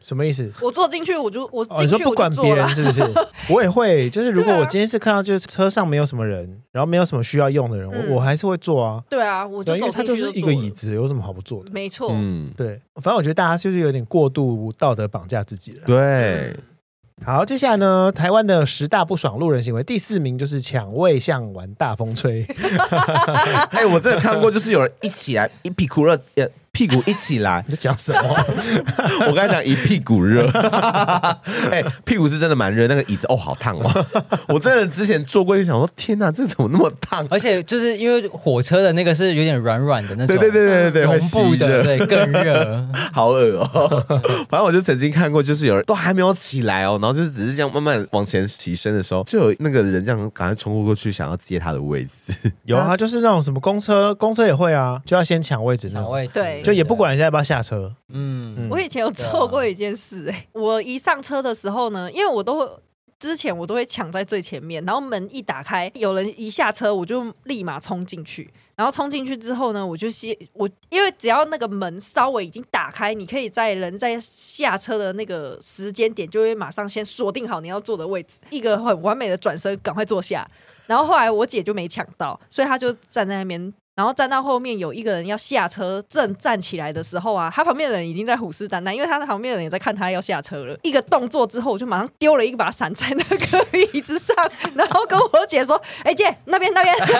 Speaker 2: 什么意思？
Speaker 1: 我坐进去我就我
Speaker 2: 哦，你
Speaker 1: 进
Speaker 2: 说
Speaker 1: 去
Speaker 2: 不
Speaker 1: 我就
Speaker 2: 管别
Speaker 1: 坐了
Speaker 2: 人，是不是？ 我也会，就是如果
Speaker 1: 对啊
Speaker 2: 我今天是看到就是车上没有什么人，然后没有什么需要用的人，
Speaker 1: 嗯
Speaker 2: 我我还是会坐啊，
Speaker 1: 对啊，我
Speaker 2: 对
Speaker 1: 就走
Speaker 2: 啊，因为它
Speaker 1: 进去
Speaker 2: 就是一个
Speaker 1: 坐了
Speaker 2: 椅，子，有什么好不坐的？
Speaker 1: 没错，
Speaker 4: 嗯，
Speaker 2: 对，反正我觉得大家就是有点过度道德绑架自己了。
Speaker 4: 对，
Speaker 2: 好，接下来呢，台湾的十大不爽路人行为第四名就是抢位向玩大 风吹，
Speaker 4: 哎、我真的看过，就是有人一起来一屁股热，呃，屁股一起来
Speaker 2: 你，在讲什么？
Speaker 4: 我刚才讲一屁股热， 哎、屁股是真的蛮热，那个椅子哦，好烫哦， 我真的之前坐过去想说，天哪，这怎么那么烫？
Speaker 3: 而且就是因为火车的那个是有点软软的那种，
Speaker 4: 对对对对对对，会
Speaker 3: 绒
Speaker 4: 吸
Speaker 3: 布的，
Speaker 4: 热
Speaker 3: 对，更 热。
Speaker 4: 好恶哦、反正我就曾经看过，就是有人都还没有起来哦，然后就是只是这样慢慢往前起身的时候，就有那个人这样赶快冲过过去，想要接他的位置。
Speaker 2: 有啊，就是那种什么公车，公车也会啊，就要先抢位置那
Speaker 3: 抢
Speaker 2: 种，
Speaker 3: 位置啊
Speaker 1: 对
Speaker 2: 就也不，管人家要不要下车。
Speaker 3: 嗯，
Speaker 1: 我以前有做过一件事、哎、我一上车的时候呢，因为我都会。之前我都会抢在最前面，然后门一打开，有人一下车，我就立马冲进去。然后冲进去之后呢，我就先我因为只要那个门稍微已经打开，你可以在人在下车的那个时间点，就会马上先锁定好你要坐的位置，一个很完美的转身，赶快坐下。然后后来我姐就没抢到，所以她就站在那边。然后站到后面有一个人要下车，正站起来的时候啊，他旁边的人已经在虎视眈眈，因为他的旁边的人也在看他要下车了。一个动作之后，我就马上丢了一把伞在那个 椅子上，然后跟我姐说：“哎、姐，那边那 边。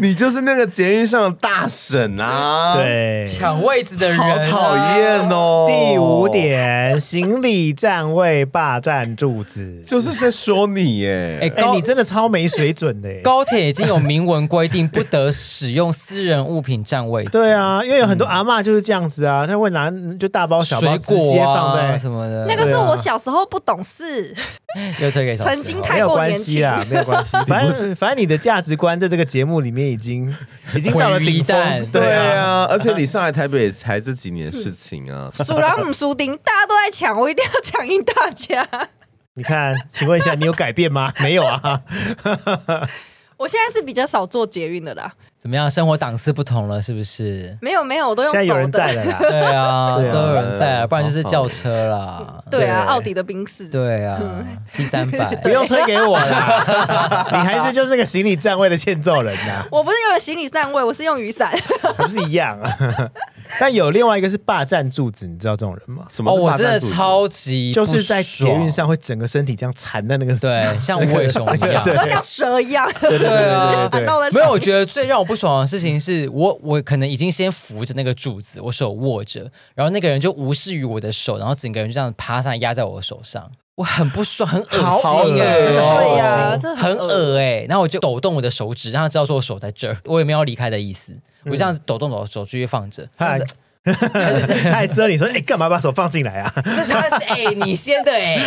Speaker 4: 你就是那个捷运上的大婶啊，，
Speaker 1: 嗯
Speaker 2: 对，
Speaker 3: 抢位置的人
Speaker 4: 好
Speaker 3: 啊
Speaker 4: 讨。厌哦。
Speaker 2: 第五。点， 行李占位霸占柱子。
Speaker 4: 就是在说你
Speaker 3: 哎，
Speaker 4: 耶，
Speaker 2: 哎、
Speaker 3: 高
Speaker 2: 你真的超没水准的、欸。
Speaker 3: 高铁已经有明文规定，不得使用私人物品占位置。
Speaker 2: 对啊，因为有很多阿嬷就是这样子啊，她会拿就大包小
Speaker 3: 水
Speaker 2: 包直接
Speaker 3: 果
Speaker 2: 放
Speaker 3: 啊
Speaker 2: 在
Speaker 3: 什么的，
Speaker 1: 那个是我小时候不懂事，
Speaker 3: 又推给小
Speaker 1: 曾
Speaker 3: 时
Speaker 1: 经
Speaker 3: 候
Speaker 1: 太
Speaker 2: 没有
Speaker 1: 过
Speaker 2: 关
Speaker 1: 年
Speaker 2: 系
Speaker 1: 轻。
Speaker 2: 啦，没有关系。反正反正你的价值观在这个节目里面已经已经到了
Speaker 3: 毁于一
Speaker 2: 顶
Speaker 3: 旦
Speaker 2: 峰，
Speaker 4: 对
Speaker 2: 啊。
Speaker 4: 啊，而且你上来台北也才这几年的事情啊，
Speaker 1: 鼠狼唔输丁，大家都在抢，我一定要抢赢大家。
Speaker 2: 你看，请问一下，你有改变吗？没有啊。
Speaker 1: 我现在是比较少做捷运的啦，
Speaker 3: 怎么样？生活档次不同了，是不是？
Speaker 1: 没有没有，我都用
Speaker 2: 现在有人
Speaker 1: 走
Speaker 2: 在
Speaker 1: 的。
Speaker 2: 了啦。
Speaker 3: 对啊，
Speaker 2: 对啊
Speaker 3: 都有人在了，不然就是轿车啦。
Speaker 1: 对啊，
Speaker 2: 对
Speaker 1: 奥迪的宾士。
Speaker 3: 对啊，C 三百，
Speaker 2: 不用推给我啦， 你还是就是那个行李占位的欠揍人呐、
Speaker 1: 我不是用了行李占位，我是用雨伞。
Speaker 2: 还不是一样、啊？ 但有另外一个是霸占柱子，你知道这种人吗？
Speaker 4: 什么
Speaker 3: 哦，
Speaker 4: 是
Speaker 3: 我
Speaker 4: 霸
Speaker 3: 真
Speaker 4: 占
Speaker 3: 的
Speaker 4: 主义
Speaker 3: 超级
Speaker 2: 就是在
Speaker 3: 不爽
Speaker 2: 捷运，上会整个身体这样缠在那个，
Speaker 3: 对，像无尾熊一 样。
Speaker 1: 都像蛇一样，
Speaker 2: 对对
Speaker 3: 对啊
Speaker 2: 对对
Speaker 1: 缠到了
Speaker 3: 没有，我觉得最让我不爽的事情是我我可能已经先扶着那个柱子，我手握着，然后那个人就无视于我的手，然后整个人就这样爬上来压在我手上，我很不爽，很恶
Speaker 2: 好
Speaker 3: 心
Speaker 2: 恶
Speaker 3: 哎、
Speaker 2: 哦
Speaker 1: 对呀这很
Speaker 3: 很恶哎、然后我就抖动我的手指，让他知道说我手在这儿，我也没有要离开的意思，我就这样子抖动我的手，继续放着。
Speaker 2: 他还 他还遮你说，哎、干嘛把手放进 来啊？
Speaker 3: 是他是哎、你先的哎、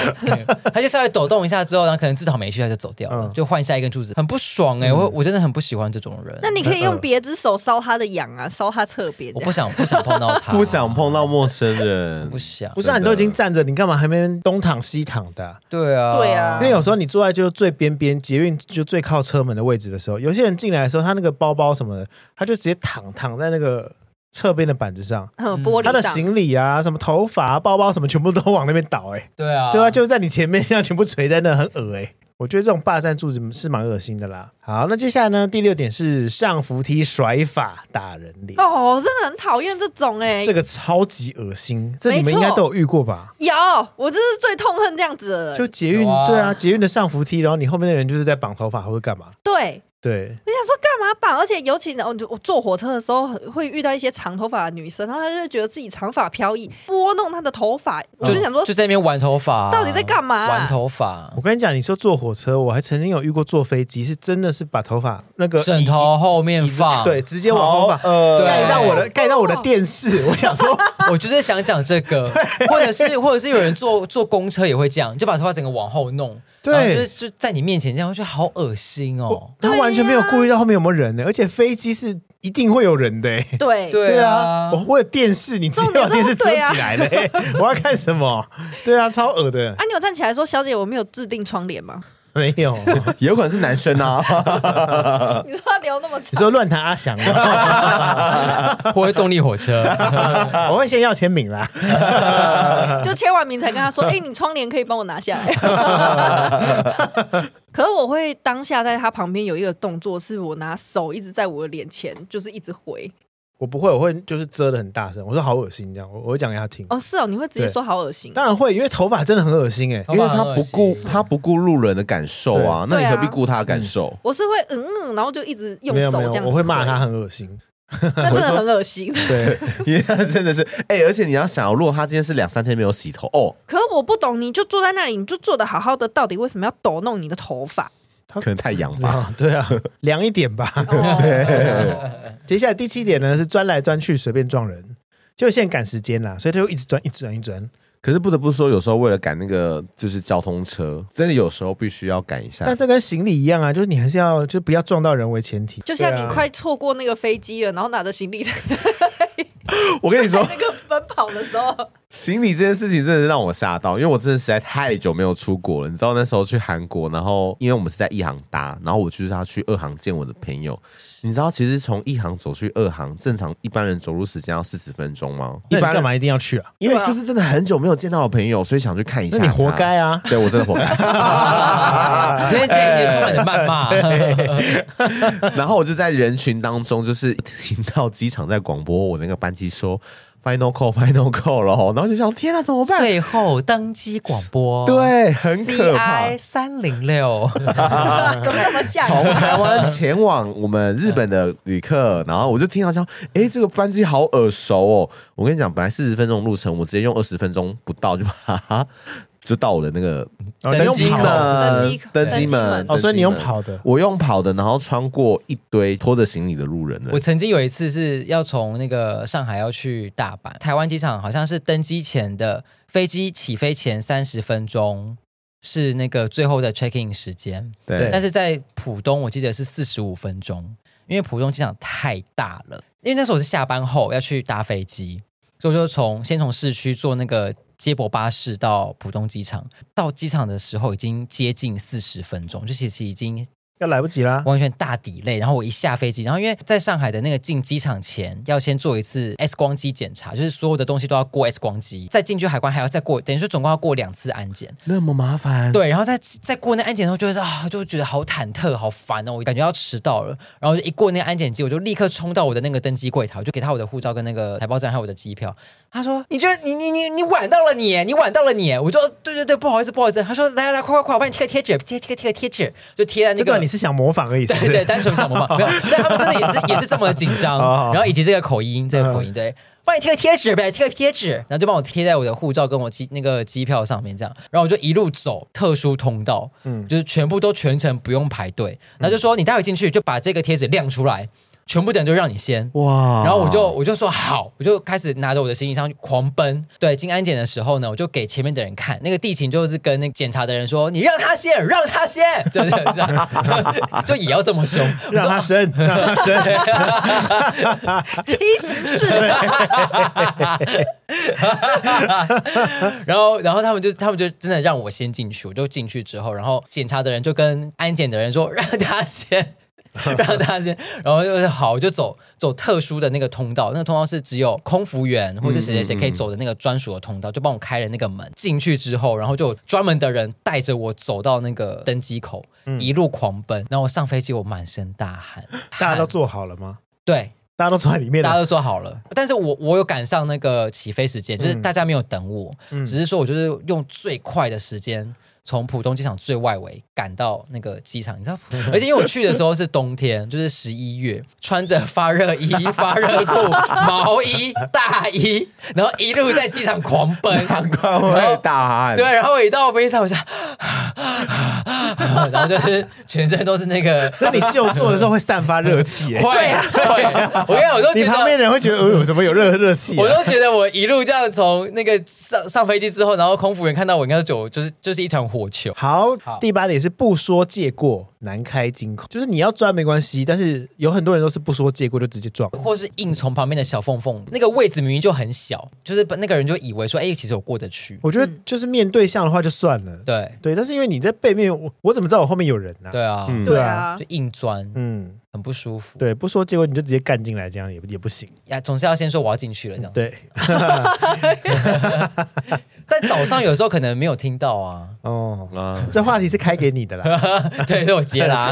Speaker 3: 他就稍微抖动一下之后，然后可能自讨没趣，他就走掉了，
Speaker 2: 嗯
Speaker 3: 就换下一根柱子，很不爽哎、我我真的很不喜欢这种人。
Speaker 1: 嗯那你可以用别只手搔他的痒啊，搔他侧边
Speaker 3: 我
Speaker 1: 这
Speaker 3: 不
Speaker 1: 样。
Speaker 3: 想不想碰到他，
Speaker 4: 不想碰到陌生人
Speaker 3: 不，想
Speaker 2: 不，是啊，你都已经站着，你干嘛还没东躺西躺的啊、
Speaker 3: 对啊，
Speaker 1: 对啊
Speaker 2: 因为有时候你坐在就是最边边捷运就最靠车门的位置的时候，有些人进来的时候，他那个包包什么的，他就直接躺躺在那个侧边的板子上，
Speaker 1: 嗯，玻璃
Speaker 2: 他的
Speaker 1: 上
Speaker 2: 行李啊、什么头发、啊、包包什么，全部都往那边倒、欸，哎、
Speaker 3: 对啊，
Speaker 2: 就他就在你前面这样全部垂在那，很恶哎、我觉得这种霸占柱子是蛮恶心的啦。好，那接下来呢？第六点是上扶梯甩法打人脸，
Speaker 1: 哦，真的很讨厌这种哎、
Speaker 2: 这个超级恶心，这你们
Speaker 1: 没
Speaker 2: 应
Speaker 1: 错
Speaker 2: 该都有遇过吧？
Speaker 1: 有，我就是最痛恨这样子的人。
Speaker 2: 就捷运
Speaker 3: 有啊
Speaker 2: 对啊，捷运的上扶梯，然后你后面的人就是在绑头发或者干嘛？
Speaker 1: 对，
Speaker 2: 对，
Speaker 1: 我想说干嘛绑？而且尤其呢，我我坐火车的时候会遇到一些长头发的女生，然后她就会觉得自己长发飘逸，拨弄她的头发，我就想说
Speaker 3: 就在那边玩头发，
Speaker 1: 到底在干嘛啊
Speaker 3: 玩头发
Speaker 2: 我，跟你讲，你说坐火车，我还曾经有遇过坐飞机，是真的是把头发那个
Speaker 3: 枕
Speaker 2: 椅
Speaker 3: 头后面放，
Speaker 2: 对，直接往后放，
Speaker 4: 呃
Speaker 3: 对
Speaker 2: 盖到我的盖到我的电视。我想说，
Speaker 3: 我就是想讲 这个，或者是或者是有人坐坐公车也会这样，就把头发整个往后弄，
Speaker 2: 对
Speaker 3: 然后就是就在你面前这样，我觉得好恶心哦。
Speaker 2: 他完全没有顾虑到后面有没有人呢，而且飞机是一定会有人的。欸
Speaker 1: 对
Speaker 3: 对
Speaker 2: 对
Speaker 3: 啊
Speaker 2: 啊，我我有电视，你直接
Speaker 1: 重点
Speaker 2: 把
Speaker 1: 是
Speaker 2: 电视遮
Speaker 1: 对啊
Speaker 2: 起来了，欸 我要看什么？对啊，超恶的，
Speaker 1: 啊，你有站起来说：“小姐，我没有制定窗帘吗
Speaker 2: 没有。
Speaker 4: 也有可能是男生啊，？”
Speaker 1: 你说她留那么
Speaker 2: 你
Speaker 1: 长，
Speaker 2: 说乱弹阿翔啊 吗？
Speaker 3: 或者动力火车，
Speaker 2: 我会先要签名啦。
Speaker 1: 就签完名才跟她说：“哎、你窗帘可以帮我拿下来。”可是我会当下在她旁边有一个动作，是我拿手一直在我的脸前，就是一直回。
Speaker 2: 我不会，我会就是遮的很大声，我说好恶心这样，我我会讲给他听。
Speaker 1: 哦，是哦，你会直接
Speaker 2: 对
Speaker 1: 说好恶心。
Speaker 2: 当然会，因为头发真的很恶心哎、欸
Speaker 1: 哦
Speaker 4: 因为他不顾他
Speaker 3: 他
Speaker 4: 不顾路人的感受啊，那
Speaker 1: 对
Speaker 4: 你
Speaker 1: 啊
Speaker 4: 何必顾他的感受？
Speaker 1: 我是会嗯嗯，然后就一直用
Speaker 2: 没有
Speaker 1: 手
Speaker 2: 没
Speaker 1: 这
Speaker 2: 有
Speaker 1: 样，子
Speaker 2: 我会骂
Speaker 1: 挥
Speaker 2: 他，很恶心。
Speaker 1: 那真的很恶心。
Speaker 2: 对，
Speaker 4: 因为他真的是，哎，而且你要想，如果他今天是两三天没有洗头，哦，
Speaker 1: 可是我不懂，你就坐在那里，你就坐的好好的，到底为什么要抖弄你的头 发？
Speaker 4: 可能太痒吧。
Speaker 2: 啊，对啊，凉一点吧。
Speaker 1: 哦
Speaker 2: 接下来第七点呢是钻来钻去，随便撞人，就现在赶时间啦，所以他就一直钻，一直钻，一直钻。
Speaker 4: 可是不得不说，有时候为了赶那个就是交通车，真的有时候必须要赶一下。
Speaker 2: 但这跟行李一样啊，就是你还是要就不要撞到人为前提。
Speaker 1: 就像
Speaker 2: 对
Speaker 1: 你
Speaker 2: 啊
Speaker 1: 快错过那个飞机了，然后拿着行李在
Speaker 4: 我跟你说，
Speaker 1: 那个奔跑的 时候，
Speaker 4: 行李这件事情真的是让我吓到，因为我真的实在太久没有出国了。你知道那时候去韩国，然后因为我们是在一航搭，然后我就是要去二航见我的朋友。你知道，其实从一航走去二航，正常一般人走路时间要四十分钟吗？一
Speaker 2: 那你
Speaker 4: 般
Speaker 2: 干
Speaker 4: 人
Speaker 2: 嘛一定要去啊？
Speaker 4: 因为就是真的很久没有见到的朋友，所以想去看一下。
Speaker 2: 那你活该！啊！
Speaker 4: 对我真的活该。
Speaker 3: 你今天今天充满了谩骂，
Speaker 4: 哎然后我就在人群当中，就是听到机场在广播我那个班机说 final call final call 了，然后就想天哪，怎么办？
Speaker 3: 最后登机广播，
Speaker 4: 对，很可怕。
Speaker 3: ，CI 三零 六，
Speaker 1: 怎么那么吓
Speaker 4: 从
Speaker 1: 人？
Speaker 4: 台湾前往我们日本的旅客，然后我就听到讲，哎、这个班机好耳熟哦。我跟你讲，本来四十分钟的路程，我直接用二十分钟不到就把它就到我的那个
Speaker 2: 哦
Speaker 3: 登
Speaker 2: 你用
Speaker 3: 机
Speaker 2: 跑
Speaker 3: 口
Speaker 2: 的
Speaker 4: 门
Speaker 1: 登机口
Speaker 4: 登机
Speaker 1: 登机门
Speaker 4: 门。
Speaker 2: 哦，所以你用
Speaker 4: 登机门。
Speaker 2: 跑的，
Speaker 4: 我用跑的，然后穿过一堆拖着行李的路人了
Speaker 3: 我。曾经有一次是要从那个上海要去大阪，台湾机场好像是登机前的飞机起飞前三十分钟是那个最后的 check in 时间，
Speaker 4: 对，
Speaker 3: 但是在浦东我记得是四十五分钟，因为浦东机场太大了。因为那时候我是下班后要去搭飞机，所以我就从先从市区坐那个接驳巴士到浦东机场。到机场的时候已经接近四十分钟，就其实已经
Speaker 2: 要来不及啦。
Speaker 3: 完全大底类。然后我一下飞机，然后因为在上海的那个进机场前要先做一次 X 光机检查，就是所有的东西都要过 X 光机，再进去海关还要再过，等于说总共要过两次安检。
Speaker 4: 那么麻烦，
Speaker 3: 对，然后再再过那安检的时候，就会是啊，就会觉得好忐忑，好烦哦，我感觉要迟到了。然后就一过那个安检机，我就立刻冲到我的那个登机柜台，我就给他我的护照跟那个台胞证还有我的机票。他说：“你这你你你你晚到了你，你晚到了你。”我就哦对对对，不好意思不好意思。他说：“来来来，快快快，我帮你贴个贴纸，贴贴个贴个贴纸，就贴在那
Speaker 2: 这
Speaker 3: 个
Speaker 2: 段你是想模仿而已，是不
Speaker 3: 对
Speaker 2: 是？
Speaker 3: 对，单纯想模仿，没有，但他们真的也是也是这么紧张
Speaker 2: 好好，
Speaker 3: 然后以及这个口音，这个口音，对，帮你贴个贴纸呗，贴个贴纸，然后就帮我贴在我的护照跟我机那个机票上面，这样，然后我就一路走特殊通道，嗯，就是全部都全程不用排队，然后就说你待会进去就把这个贴纸亮出来，全部的人就让你先，
Speaker 4: 哇
Speaker 3: 然后我就我就说好，我就开始拿着我的行李箱狂奔。对，进安检的时候呢，我就给前面的人看，那个地勤就是跟那个检查的人说：“你让他先，让他先。”就是这样， 就也要这么凶。我
Speaker 2: 让
Speaker 3: 说
Speaker 2: 他 生，让他生，
Speaker 1: 梯 形式，
Speaker 3: 然后，然后他们就他们就真的让我先进去，我就进去之后，然后检查的人就跟安检的人说：“ 让他先。”让他先，然后就是好，我就走走特殊的那个通道，那个通道是只有空服员或是谁谁谁可以走的那个专属的通道，就帮我开了那个门。进去之后，然后就有专门的人带着我走到那个登机口，一路狂奔。然后我上飞机，我满身大汗，
Speaker 2: 大家都
Speaker 3: 汗
Speaker 2: 做好了吗？
Speaker 3: 对，
Speaker 2: 大家都坐在里面
Speaker 3: 大家
Speaker 2: 了，
Speaker 3: 都做好了，但是我我有赶上那个起飞时间，
Speaker 2: 嗯
Speaker 3: 就是大家没有等我，只是说我就是用最快的时间从浦东机场最外围赶到那个机场，你知道？ 而且因为我去的时候是冬天，就是十一月，穿着发热 衣、发热裤、毛衣、大衣，然后一路在机场狂 奔，
Speaker 4: 难怪我会打汗，
Speaker 3: 对，，
Speaker 2: 啊
Speaker 3: 然后我一到飞机场，我就， 然后就是全身都是那 个。
Speaker 2: 那你就坐的时候会散发热气耶，
Speaker 3: 会会，我跟你讲，我都
Speaker 2: 啊你
Speaker 3: 觉得
Speaker 2: 旁边的人会觉 得，呃，有什么有热热气啊？
Speaker 3: 我都觉得我一路这样从那个上上飞机之后，然后空服员看到我，应该就觉得我就是就是一团火球。
Speaker 2: 好，
Speaker 3: 好
Speaker 2: 第八点是不说借过，难开金口。就是你要钻没关系，但是有很多人都是不说借过就直接撞。
Speaker 3: 或是硬从旁边的小缝缝，那个位置明明就很小，就是那个人就以为说，哎、其实我过得去。
Speaker 2: 我觉
Speaker 1: 嗯
Speaker 2: 得就是面对象的话就算了，
Speaker 3: 对
Speaker 2: 对，但是因为你在背面，我我怎么知道我后面有人呢、
Speaker 3: 对啊，
Speaker 4: 嗯
Speaker 1: 对啊
Speaker 3: 就，硬钻，
Speaker 2: 嗯，
Speaker 3: 很不舒服
Speaker 2: 对，不说借过你就直接干进来，这样也也不行。啊
Speaker 3: 呀。总是要先说我要进去了这样。
Speaker 2: 对，
Speaker 3: 但早上有时候可能没有听到啊。
Speaker 2: 哦，
Speaker 4: 啊，
Speaker 2: 这话题是开给你的啦。
Speaker 3: 对，所以我 接啦、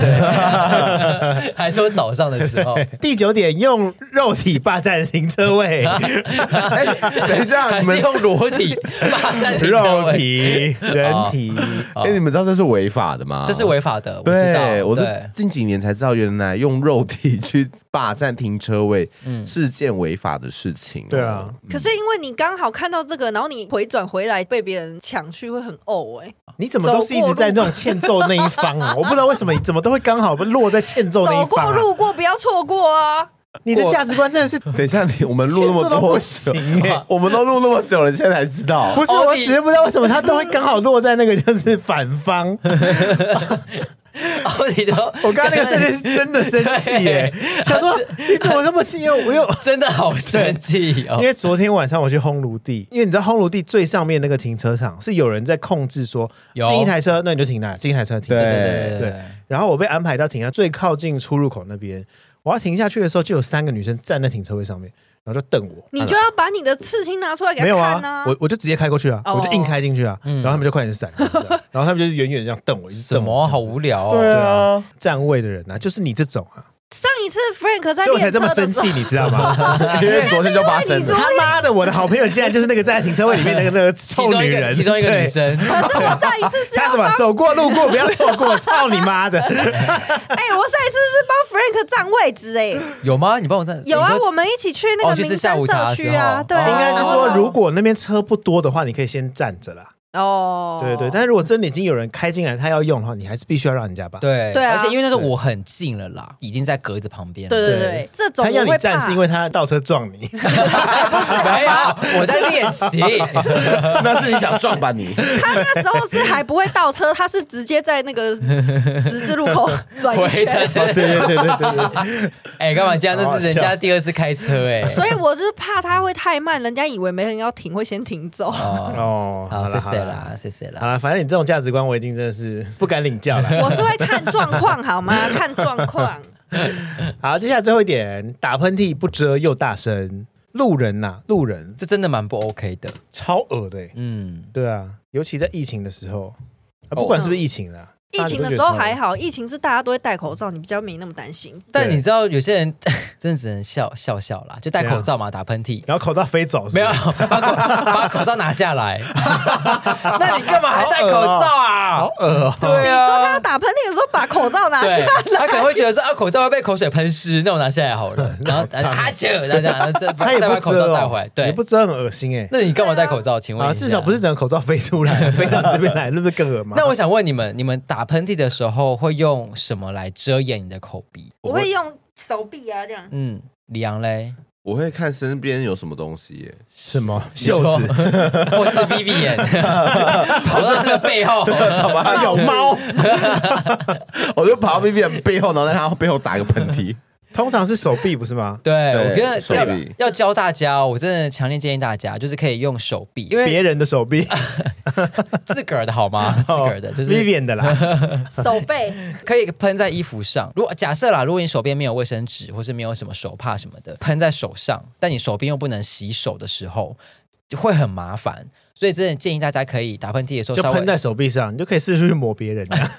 Speaker 3: 还说早上的时候，
Speaker 2: 第九点，用肉体霸占停车位，
Speaker 4: 等一下，
Speaker 3: 还
Speaker 4: 你
Speaker 3: 是
Speaker 4: 们
Speaker 3: 用裸 体霸占 停车
Speaker 2: 肉
Speaker 3: 位，哦
Speaker 2: 体、 人体，
Speaker 4: 哎，你们知道这是违法的吗？
Speaker 3: 这是违法的。我知
Speaker 4: 对，
Speaker 3: 道，
Speaker 4: 我是
Speaker 3: 对
Speaker 4: 近几年才知道，原来用肉体去霸占停车位
Speaker 3: 嗯
Speaker 4: 是件违法的事情哦。
Speaker 2: 对啊
Speaker 1: 嗯可是因为你刚好看到这个，然后你回转回来被别人抢去，会很呕哎、
Speaker 2: 你怎么都是一直在那种欠揍那一方啊？我不知道为什么，你怎么都会刚好落在欠揍那
Speaker 1: 走
Speaker 2: 一嗯方、
Speaker 1: 过
Speaker 2: 啊。
Speaker 1: 路过不要错过 啊！
Speaker 2: 你的价值观真的是
Speaker 4: 等一下，你我们录
Speaker 2: 欠揍
Speaker 4: 那么
Speaker 2: 都
Speaker 4: 多
Speaker 2: 不
Speaker 4: 久，
Speaker 2: 行哎、
Speaker 4: 我们都录那么久了，你现在才知道。
Speaker 2: 不是，
Speaker 3: 哦
Speaker 2: 我
Speaker 3: 你
Speaker 2: 只是不知道为什么他都会刚好落在那个就是反方。
Speaker 3: 哦，你都
Speaker 2: 我刚刚那个瞬间是真的生气耶、想说你怎么这么气？因为我又。
Speaker 3: 真的好生气哦
Speaker 2: 因！为昨天晚上我去烘炉 地，因为你知道烘炉地最上面那个停车场是有人在控制说，
Speaker 3: 有
Speaker 2: 进一台车那你就停哪，进一台车停哪。
Speaker 4: 对
Speaker 3: 对
Speaker 2: 对，然后我被安排到停在最靠近出入口那边，我要停下去的时候，就有三个女生站在停车位上面，然后就瞪我。啊
Speaker 1: 你就要把你的刺青拿出来给
Speaker 2: 没
Speaker 1: 他
Speaker 2: 有
Speaker 1: 看
Speaker 2: 啊，我我就直接开过去啊，
Speaker 1: 哦
Speaker 2: 我就硬开进去啊，然后他们就快点闪，这 样然后他们就是远远地这样瞪我，一直
Speaker 3: 嗯什
Speaker 2: 瞪我
Speaker 3: 么好无聊哦！
Speaker 4: 对
Speaker 2: 啊
Speaker 4: 啊，
Speaker 2: 站位的人啊，就是你这种啊，
Speaker 1: 上一次 Frank 在
Speaker 2: 所以我才
Speaker 1: 练
Speaker 2: 这
Speaker 1: 车
Speaker 2: 么生
Speaker 1: 的时候
Speaker 2: 气，，你知道吗？
Speaker 4: 因为昨天就发
Speaker 1: 因为
Speaker 4: 生
Speaker 1: 你昨
Speaker 4: 了。
Speaker 2: 他妈的，我的好朋友竟然就是那个站在停车位里面那个那个臭
Speaker 3: 其中
Speaker 2: 女
Speaker 3: 一
Speaker 2: 人，
Speaker 3: 个其中一个女
Speaker 2: 对。
Speaker 3: 生，
Speaker 1: 可是我上一次是
Speaker 2: 他
Speaker 1: 要
Speaker 2: 什么
Speaker 1: 帮，
Speaker 2: 走过路过不要错过，操你妈的！
Speaker 1: 哎、我上一次是帮 Frank 占位置 哎、
Speaker 3: 有吗？你帮我站
Speaker 1: 有啊
Speaker 3: 你，说
Speaker 1: 我们一起去那个
Speaker 3: 哦去吃
Speaker 1: 名
Speaker 3: 下
Speaker 1: 山
Speaker 3: 午茶的
Speaker 1: 社
Speaker 3: 时候
Speaker 1: 区啊，对啊，
Speaker 3: 哦
Speaker 2: 应该是说，
Speaker 1: 然后
Speaker 2: 如果那边车不多的话，你可以先站着啦。
Speaker 1: 哦，
Speaker 2: 对对，但是如果真的已经有人开进来，他要用的话，你还是必须要让人家吧。
Speaker 3: 对
Speaker 1: 对啊
Speaker 3: 而且因为那时候我很近了啦，已经在格子旁边了。
Speaker 1: 对对
Speaker 2: 对
Speaker 1: 对，这种
Speaker 2: 他要
Speaker 1: 我
Speaker 2: 你
Speaker 1: 会
Speaker 2: 站
Speaker 1: 怕
Speaker 2: 是因为他倒车撞你，
Speaker 3: 没有，我在 练习。
Speaker 4: 那是你想撞吧你？
Speaker 1: 他那时候是还不会倒车，他是直接在那个十字路口 转一
Speaker 3: 回
Speaker 1: 圈
Speaker 3: 程。
Speaker 2: 对对对对对对，
Speaker 3: 哎，干嘛这样？那是人
Speaker 2: 好好
Speaker 3: 家
Speaker 2: 笑
Speaker 3: 第二次开车哎。
Speaker 1: 所以我就是怕他会太慢，人家以为没人要停，会先停走。
Speaker 3: 哦
Speaker 2: 哦，
Speaker 3: 好
Speaker 2: 好
Speaker 3: 谢
Speaker 2: 了
Speaker 3: 谢
Speaker 2: 好
Speaker 3: 啦，谢谢
Speaker 2: 好
Speaker 3: 啦。
Speaker 2: 了，反正你这种价值观，我已经真的是不敢领教 了。
Speaker 1: 我是会看状况好 吗？看状况。
Speaker 2: 好，接下来最后一点，打喷嚏不遮又大声，路人呐、路人
Speaker 3: 这真的蛮不 OK 的，
Speaker 2: 超恶的、欸，
Speaker 3: 嗯，
Speaker 2: 对啊，尤其在疫情的时候，啊、不管是不是疫情啦，
Speaker 1: 嗯疫情的时候还好，疫情是大家都会戴口罩，你比较没那么担心。
Speaker 3: 但你知道有些人 真的只能笑笑笑啦，就戴
Speaker 2: 怎样
Speaker 3: 口罩嘛，打喷嚏。
Speaker 2: 然后口罩飞走是不
Speaker 3: 没
Speaker 2: 是
Speaker 3: 有，把口把口罩拿下来。那你干嘛还戴口罩啊？ 对
Speaker 1: 你说他
Speaker 3: 啊
Speaker 1: 要，打喷嚏的时候把口罩
Speaker 2: 啊
Speaker 1: 拿下
Speaker 3: 对，他可能会觉得说啊，口罩会被口水喷湿，那我拿下来 好了。然后啊，就这样，再
Speaker 2: 他也
Speaker 3: 再
Speaker 2: 不
Speaker 3: 把口罩
Speaker 2: 遮
Speaker 3: 带
Speaker 2: 哦
Speaker 3: 回来。，
Speaker 2: 也
Speaker 3: 对
Speaker 2: 不，遮很恶心哎、
Speaker 3: 那你干嘛戴口罩？请问
Speaker 2: 啊，
Speaker 3: 一
Speaker 2: 至
Speaker 3: 下
Speaker 2: 少不是整个口罩飞出 来，飞到你这边来，那不是更恶吗？
Speaker 3: 那我想问你们，你们打喷嚏的时候会用什么来遮掩你的口鼻？
Speaker 1: 我会用手臂啊这样。
Speaker 3: 嗯，李阳嘞，
Speaker 4: 我会看身边有什么东西耶，
Speaker 2: 什么袖
Speaker 3: 你
Speaker 2: 子？
Speaker 3: 说 或是 Vivian 跑到他的背后，
Speaker 4: 好吧，有猫，我就跑到 Vivian 背后，然后在他背后打个喷嚏。
Speaker 2: 通常是手臂不是吗？
Speaker 3: 对，
Speaker 4: 对
Speaker 3: 我觉得
Speaker 4: 手
Speaker 3: 要
Speaker 4: 臂
Speaker 3: 要教大家哦，我真的强烈建议大家，就是可以用手臂，因为
Speaker 2: 别人的手 臂，哦
Speaker 3: 自个儿的好吗？自个儿的就是
Speaker 2: Vivian 的 啦，
Speaker 1: 手背，
Speaker 3: 可以喷在衣服上。如果假设啦，如果你手边没有卫生纸，或是没有什么手帕什么的，喷在手上，但你手边又不能洗手的时候，就会很麻烦。所以真的建议大家可以打喷嚏的时候
Speaker 2: 就
Speaker 3: 稍微
Speaker 2: 喷在手臂上，你就可以四处去抹别人。啊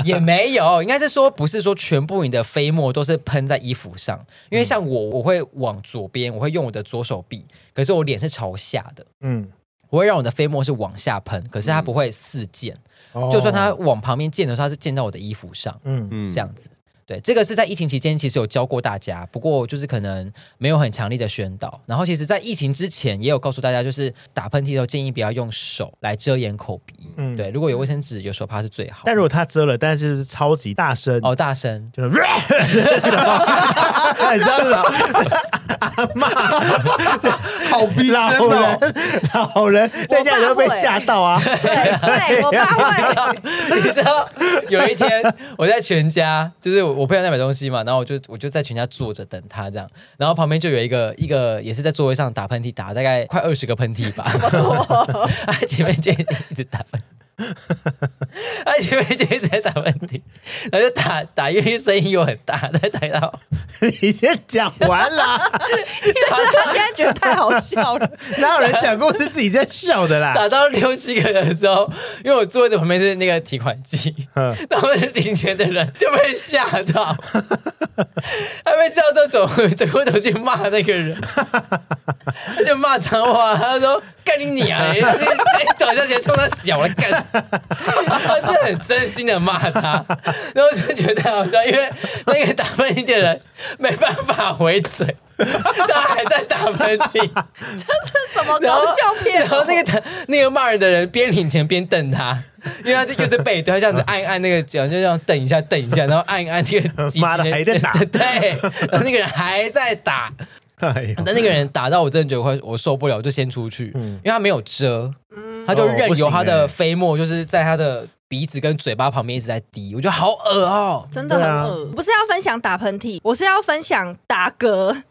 Speaker 3: 也没有，应该是说不是说全部你的飞沫都是喷在衣服上，因为像我，我会往左边，我会用我的左手臂，可是我脸是朝下的，
Speaker 2: 嗯，
Speaker 3: 我会让我的飞沫是往下喷，可是它不会四溅，
Speaker 2: 哦
Speaker 3: 就算它往旁边溅的时候，它是溅到我的衣服上，
Speaker 2: 嗯，
Speaker 4: 嗯
Speaker 3: 这样子。对，这个是在疫情期间其实有教过大家，不过就是可能没有很强力的宣导。然后其实，在疫情之前也有告诉大家，就是打喷嚏的时候建议不要用手来遮掩口鼻。
Speaker 2: 嗯
Speaker 3: 对，如果有卫生纸、有手帕是最好。
Speaker 2: 但如果他遮了，但是是超级大声，
Speaker 3: 哦，大声，
Speaker 2: 就是 很像老
Speaker 4: 好逼真
Speaker 2: 老
Speaker 4: 哦！
Speaker 2: 人，老人在家里都被吓到 啊。
Speaker 1: 对 对，我爸 会，
Speaker 3: 你知道有一天我在全家，就是我我朋友在买东西嘛，然后我就我就在全家坐着等他这样，然后旁边就有一个一个也是在座位上打喷嚏，打大概快二十个喷嚏吧， 他前面就一直打喷 嚏，他前面就一直在打喷嚏，然后就打打，因为声音又很大，再打到
Speaker 2: 你先讲完啦，
Speaker 1: 他现在觉得太好笑了。
Speaker 2: 哪有人讲故事自己在笑的啦？
Speaker 3: 打到六七个人的时候，因为我座位的旁边是那个提款机，
Speaker 2: 嗯
Speaker 3: 他们领钱的人就被吓到， 他被吓到走走过头去骂那个人，他就骂脏话，他就说干你 娘、欸，你倒下直接冲他小了干，他是很真心的骂他，然后我就觉得好笑，因为那个打喷嚏的人没办法回嘴，他还在打喷嚏。
Speaker 1: 什么啊
Speaker 3: 然后
Speaker 1: 搞笑片哦
Speaker 3: 然？后那个他那个骂人的人边领钱边瞪他，因为他就就是背对，他这样子按一按那个脚，就这样瞪一下瞪一下，然后按一按 这个机器
Speaker 2: 妈的还在打
Speaker 3: 对，然后那个人还在打，
Speaker 2: 哎呦，
Speaker 3: 但那个人打到我真的觉得快我受不了，我就先出去，因为他没有遮，
Speaker 1: 嗯
Speaker 3: 他就
Speaker 2: 嗯哦
Speaker 3: 任
Speaker 2: 不行
Speaker 3: 由他
Speaker 2: 欸
Speaker 3: 的飞沫就是在他的鼻子跟嘴巴旁边一直在滴，我觉得好恶哦。
Speaker 1: 真的很
Speaker 2: 对
Speaker 1: 恶、不是要分享打喷嚏，我是要分享打嗝。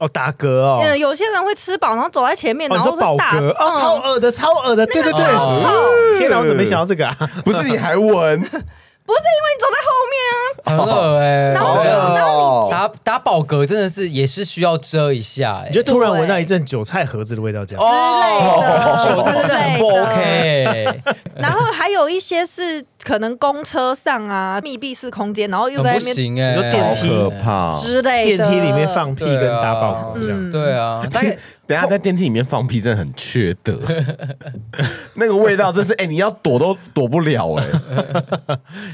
Speaker 2: 哦，打嗝哦，
Speaker 1: 嗯，有些人会吃饱，然后走在前面，
Speaker 2: 哦，
Speaker 1: 然
Speaker 2: 你
Speaker 1: 后
Speaker 2: 说饱
Speaker 1: 会打。
Speaker 2: 嗝，哦，超
Speaker 1: 嗯，
Speaker 2: 恶的，超恶的，对对对，
Speaker 3: 超
Speaker 1: 臭
Speaker 2: 嗯天哪，我怎么没想到这个啊？
Speaker 4: 不是你还闻？
Speaker 1: 不是因为你走在后
Speaker 3: 很 恶哎、
Speaker 1: 然后
Speaker 3: 我觉得
Speaker 2: 哦
Speaker 1: 就
Speaker 3: 打打饱嗝真的是也是需要遮一下哎、
Speaker 2: 你就突然闻到一阵韭菜盒子的味道，这样。
Speaker 1: 哦
Speaker 3: 韭菜真的很不
Speaker 1: 之类的
Speaker 3: OK，
Speaker 1: 面啊，然后还有一些是可能公车上啊，密闭式空间，然后又
Speaker 3: 很
Speaker 1: 在
Speaker 3: 不
Speaker 1: 那边
Speaker 3: 行哎、啊
Speaker 2: 你说电
Speaker 4: 好
Speaker 2: 梯
Speaker 4: 可怕！
Speaker 1: 之类
Speaker 2: 电
Speaker 1: 的。嗯
Speaker 2: 梯里面放屁跟
Speaker 3: 对啊
Speaker 2: 打饱嗝这样。
Speaker 3: 对啊， 但是
Speaker 4: 等一下在电梯里面放屁真的很缺德， 那个味道真是哎、你要躲都躲不了哎、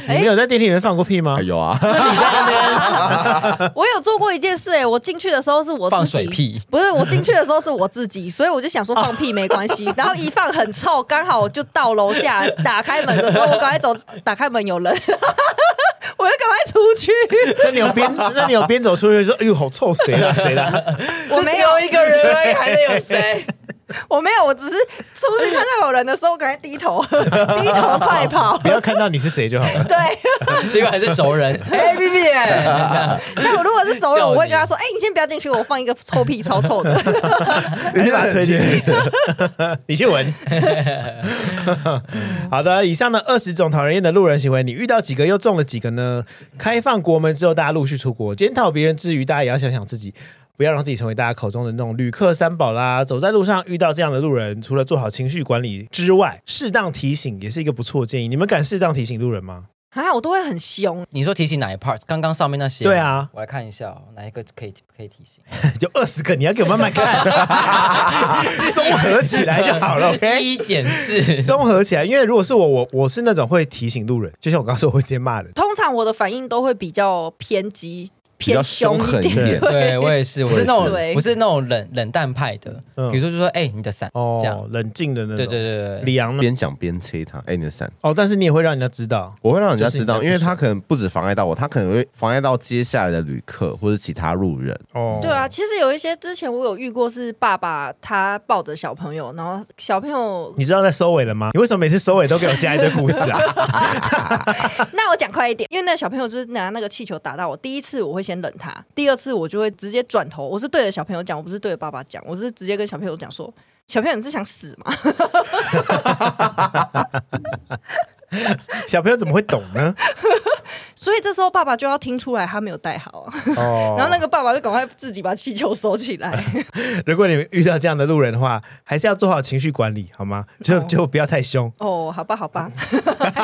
Speaker 2: 你
Speaker 1: 哎
Speaker 2: 没有在电梯里面放过屁吗
Speaker 4: 哎？呦啊，
Speaker 1: 我有做过一件事、欸，哎，我进去的时候是我自己
Speaker 3: 放水屁，
Speaker 1: 不是我进去的时候是我自己，所以我就想说放屁没 关系，然后一放很臭，刚好我就到楼下，打开门的时候我赶快 走，打开门有人， 我就赶快出去，
Speaker 2: 那你有边， 那你有啊边走出去说，哎呦，好臭，谁啦谁啦？
Speaker 1: 我
Speaker 3: 就
Speaker 1: 没
Speaker 3: 只
Speaker 1: 有
Speaker 3: 有一个人而已，还能有谁？
Speaker 1: 我没有，我只是出去看到有人的时候，我赶快低头， 低头快 跑。
Speaker 2: 不要看到你是谁就好了。
Speaker 1: 对，
Speaker 3: 结果还是熟人， 哎，B B 耶，
Speaker 1: 那我如果是熟人，
Speaker 3: 叫你
Speaker 1: 我会跟他说：“哎、你先不要进去，我放一个臭屁，超臭的。
Speaker 2: 你去把它推进去， 你去闻。好的，以上呢二十种讨人厌的路人行为，你遇到几个又中了几个呢？开放国门之后，大家陆续出国，检讨别人之余，大家也要想想自己。不要让自己成为大家口中的那种旅客三宝啦。走在路上遇到这样的路人，除了做好情绪管理之外，适当提醒也是一个不错的建议。你们敢适当提醒路人吗？”
Speaker 1: 啊，我都会很凶，
Speaker 3: 你说提醒哪一 part？刚刚上面那些？
Speaker 2: 对啊
Speaker 3: 我来看一下哦哪一个可以可以提醒。
Speaker 2: 有二十个，你要给我慢慢看， 综合起来就好了。OK，
Speaker 3: 一一检 视。
Speaker 2: 综合起来，因为如果是我，我我是那种会提醒路人，就像我刚刚说，我会直接骂人。
Speaker 1: 通常我的反应都会比较偏激、
Speaker 4: 比较
Speaker 1: 偏凶
Speaker 4: 凶狠一
Speaker 1: 点。
Speaker 4: 点。
Speaker 3: 对我也是，我是那
Speaker 1: 我也是
Speaker 3: 种
Speaker 1: 对
Speaker 3: 我是那种冷冷淡派的，
Speaker 2: 嗯
Speaker 3: 比如说就说哎你的伞这样，
Speaker 2: 哦，冷静的那种。
Speaker 3: 对对对对
Speaker 2: 李阳呢？
Speaker 4: 边讲边催他，哎、你的伞，
Speaker 2: 哦，但是你也会让人家知道。
Speaker 4: 我会让人家知道，
Speaker 2: 就是
Speaker 4: 因
Speaker 2: 你的不爽
Speaker 4: 为他可能不止妨碍到我，他可能会妨碍到接下来的旅客或者其他路人。
Speaker 2: 哦，
Speaker 1: 对啊，，其实有一些之前我有遇过，是爸爸他抱着小朋友，然后小朋友，
Speaker 2: 你知道在收尾了吗？你为什么每次收尾都给我加一堆故事 啊？
Speaker 1: 那我讲快一点，因为那个小朋友就是拿那个气球打到我，第一次我会先忍他，第二次我就会直接转头，我是对着小朋友讲，我不是对着爸爸讲，我是直接跟小朋友讲说。小朋友，你是想死吗？
Speaker 2: 小朋友怎么会懂呢？
Speaker 1: 所以这时候爸爸就要听出来他没有带好、啊，
Speaker 2: 哦，
Speaker 1: 然后那个爸爸就赶快自己把气球收起 来。
Speaker 2: 如果你们遇到这样的路人的话，还是要做好情绪管理，好吗？就就不要太凶。
Speaker 1: 哦，好吧，好 吧，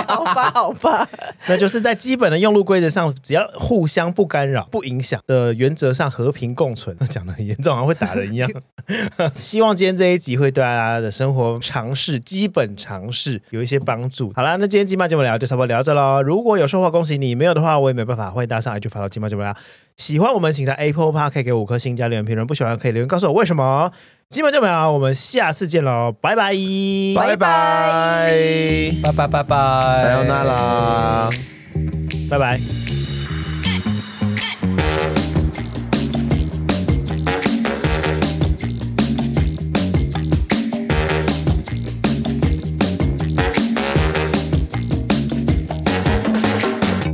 Speaker 1: 好吧，好吧。
Speaker 2: 那就是在基本的用路规则上，只要互相不干扰、不影响的原则上和平共存。讲的很严重，好像会打人一样。 希望今天这一集会对大家的生活常识、基本常识有一些帮助。好啦，那今天金马节目聊就差不多聊这喽。如果有收获，恭喜你；没有的话，我也没办法。欢迎大家上 IG 发到金马节目聊。喜欢我们，请在 Apple Park 可以给我五颗星加留言评论；不喜欢可以留言告诉我为什么哦。金马节目聊，我们下次见喽，拜拜，
Speaker 4: 拜拜，
Speaker 3: 对，拜拜拜拜，
Speaker 4: 撒由那拉。
Speaker 2: 拜拜。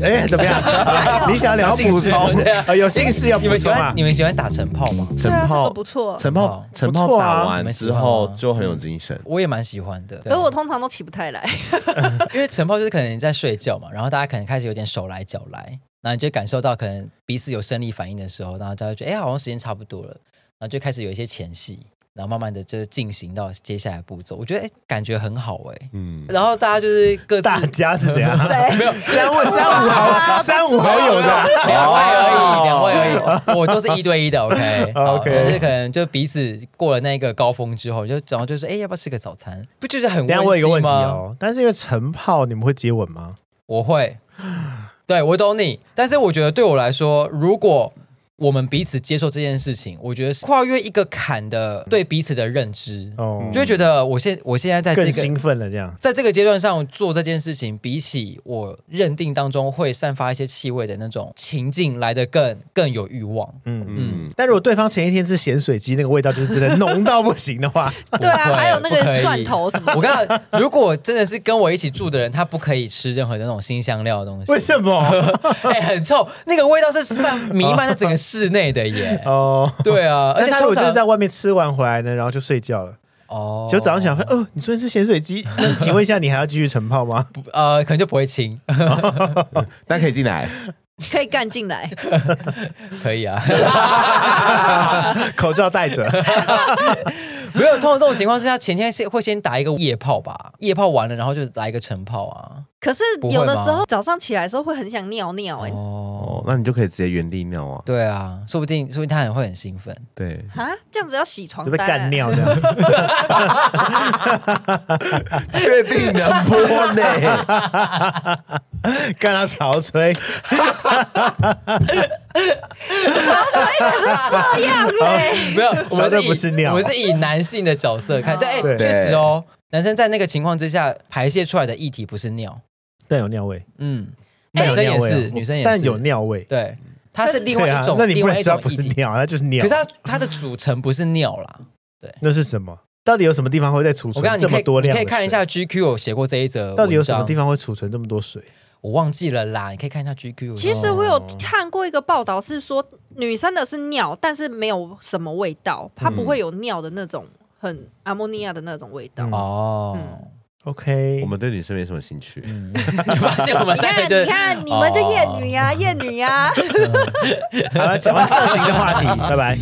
Speaker 2: 哎，怎么 样？你想聊补充
Speaker 3: 小姓氏对啊？
Speaker 2: 呃，有姓氏要
Speaker 3: 你
Speaker 2: 补
Speaker 3: 们喜
Speaker 2: 充啊
Speaker 3: 欢你？们喜欢打晨炮吗？
Speaker 4: 晨
Speaker 1: 对啊这
Speaker 4: 炮
Speaker 1: 个不错
Speaker 4: 晨炮晨
Speaker 2: 不
Speaker 4: 炮
Speaker 2: 错啊
Speaker 4: 打
Speaker 3: 你
Speaker 4: 完
Speaker 3: 们喜
Speaker 4: 之
Speaker 3: 欢吗
Speaker 4: 后就很有精神。
Speaker 3: 我也蛮喜欢的，对
Speaker 1: 可是
Speaker 3: 啊
Speaker 1: 我通常都起不太来。
Speaker 3: 因为晨炮就是可能你在睡觉嘛，然后大家可能开始有点手来脚来，然后你就感受到可能彼此有生理反应的时候，然后大家就觉得哎、好像时间差不多了，然后就开始有一些前戏，然后慢慢的就进行到接下来步骤，我觉得哎、感觉很好哎、
Speaker 4: 嗯，
Speaker 3: 然后大家就是各自
Speaker 2: 大家是怎样？
Speaker 1: 对，
Speaker 3: 没有
Speaker 2: 三位三五好三五好友 的啊。
Speaker 3: 两位而已，两位而已，我都是一对一的，OK，好
Speaker 2: 哦 OK
Speaker 3: 就是可能就彼此过了那个高峰之后，就然后就说，哎，要不要吃个早餐？不就是很
Speaker 2: 等一下我
Speaker 3: 温
Speaker 2: 有一个
Speaker 3: 馨
Speaker 2: 问题
Speaker 3: 吗？
Speaker 2: 哦，但是因为晨泡，你们会接吻吗？
Speaker 3: 我会，对我懂你，但是我觉得对我来说，如果我们彼此接受这件事情，我觉得是跨越一个坎的对彼此的认知，
Speaker 2: 哦，
Speaker 3: 就会觉得我现我现在在
Speaker 2: 更
Speaker 3: 这个
Speaker 2: 兴奋了这样。
Speaker 3: 在这个阶段上做这件事情，比起我认定当中会散发一些气味的那种情境来的更更有欲望。
Speaker 4: 嗯，
Speaker 2: 但如果对方前一天是咸水鸡，那个味道就是真的浓到不行的 话，
Speaker 1: 对啊
Speaker 3: 不会
Speaker 1: 还有那个
Speaker 3: 不可以
Speaker 1: 蒜头什么
Speaker 3: 我刚刚如果真的是跟我一起住的人，他不可以吃任何的那种新香料的东西。
Speaker 2: 为什 么？
Speaker 3: 哎、很臭，那个味道 是散弥漫在整个室内的耶。
Speaker 2: 哦，
Speaker 3: 对啊，
Speaker 2: 而
Speaker 3: 而且
Speaker 2: 且他如果
Speaker 3: 通
Speaker 2: 就
Speaker 3: 常
Speaker 2: 是在外面吃完回来呢，然后就睡觉了，
Speaker 3: 哦，
Speaker 2: 结果早上起来发现，哦，你昨天吃咸水 鸡，那请问一下，你还要继续晨泡吗？
Speaker 3: 呃，可能就不会亲，
Speaker 4: 大家可以进来。
Speaker 1: 可以干进来。
Speaker 3: 可以啊。
Speaker 2: 口罩戴着，
Speaker 3: 没有，通常这种情况之下，前天先会先打一个夜炮吧，夜炮完了，然后就来一个晨炮啊。
Speaker 1: 可是
Speaker 3: 不会
Speaker 1: 有的时
Speaker 3: 吗
Speaker 1: 候早上起来的时候会很想尿尿、欸，哎、
Speaker 3: 哦，
Speaker 4: 哦，那你就可以直接原地尿啊。
Speaker 3: 对啊，说不定说不定他很会很兴 奋。
Speaker 4: 对，
Speaker 1: 啊，这样子要洗床
Speaker 2: 就
Speaker 1: 单、啊
Speaker 2: 被干。尿这 样。
Speaker 4: 确定 能播呢？
Speaker 2: 干到潮吹，
Speaker 1: 哎这样欸 嘞、
Speaker 3: 没有，我们
Speaker 2: 小
Speaker 3: 是
Speaker 2: 的
Speaker 3: 以
Speaker 2: 不是尿
Speaker 3: 我们是以男性的角色看，对，哎
Speaker 2: 对
Speaker 3: 确实哦，男生在那个情况之下排泄出来的液体不是尿，
Speaker 2: 但有尿味，
Speaker 3: 嗯，
Speaker 2: 但
Speaker 3: 女
Speaker 2: 有
Speaker 3: 生
Speaker 2: 尿
Speaker 3: 也
Speaker 2: 味啊
Speaker 3: 是，女生也是，
Speaker 2: 但有尿味。
Speaker 3: 对，它是另外
Speaker 2: 对啊
Speaker 3: 一种，
Speaker 2: 那你
Speaker 3: 另
Speaker 2: 不
Speaker 3: 外
Speaker 2: 能
Speaker 3: 一
Speaker 2: 说
Speaker 3: 种
Speaker 2: 不
Speaker 3: 液
Speaker 2: 是
Speaker 3: 体，
Speaker 2: 尿，那就是尿。
Speaker 3: 可是它它的组成不是尿啦，
Speaker 2: 那是什么？到底有什么地方会在储
Speaker 3: 我跟
Speaker 2: 存
Speaker 3: 你
Speaker 2: 这
Speaker 3: 讲，
Speaker 2: 么
Speaker 3: 你可
Speaker 2: 多
Speaker 3: 以你
Speaker 2: 量？
Speaker 3: 可以看一，下 GQ 有写过这一则，
Speaker 2: 到底有什么地
Speaker 3: 方？
Speaker 2: 方会储存这么多水？
Speaker 3: 我忘记了啦，你可以看一下 GQ。
Speaker 1: 其实我有看过一个报道，是说女生的是尿，但是没有什么味道，它不会有尿的那种很阿莫尼亚的那种味道。
Speaker 3: 哦，
Speaker 2: 嗯 OK，
Speaker 4: 我们对女生没什么兴趣，
Speaker 3: 你 发现我们
Speaker 1: 你
Speaker 3: 三个
Speaker 1: 看，你看，啊
Speaker 3: 就是哦
Speaker 1: 你们这艳女呀、艳女呀、
Speaker 2: 好了，讲完色情的话题，拜拜。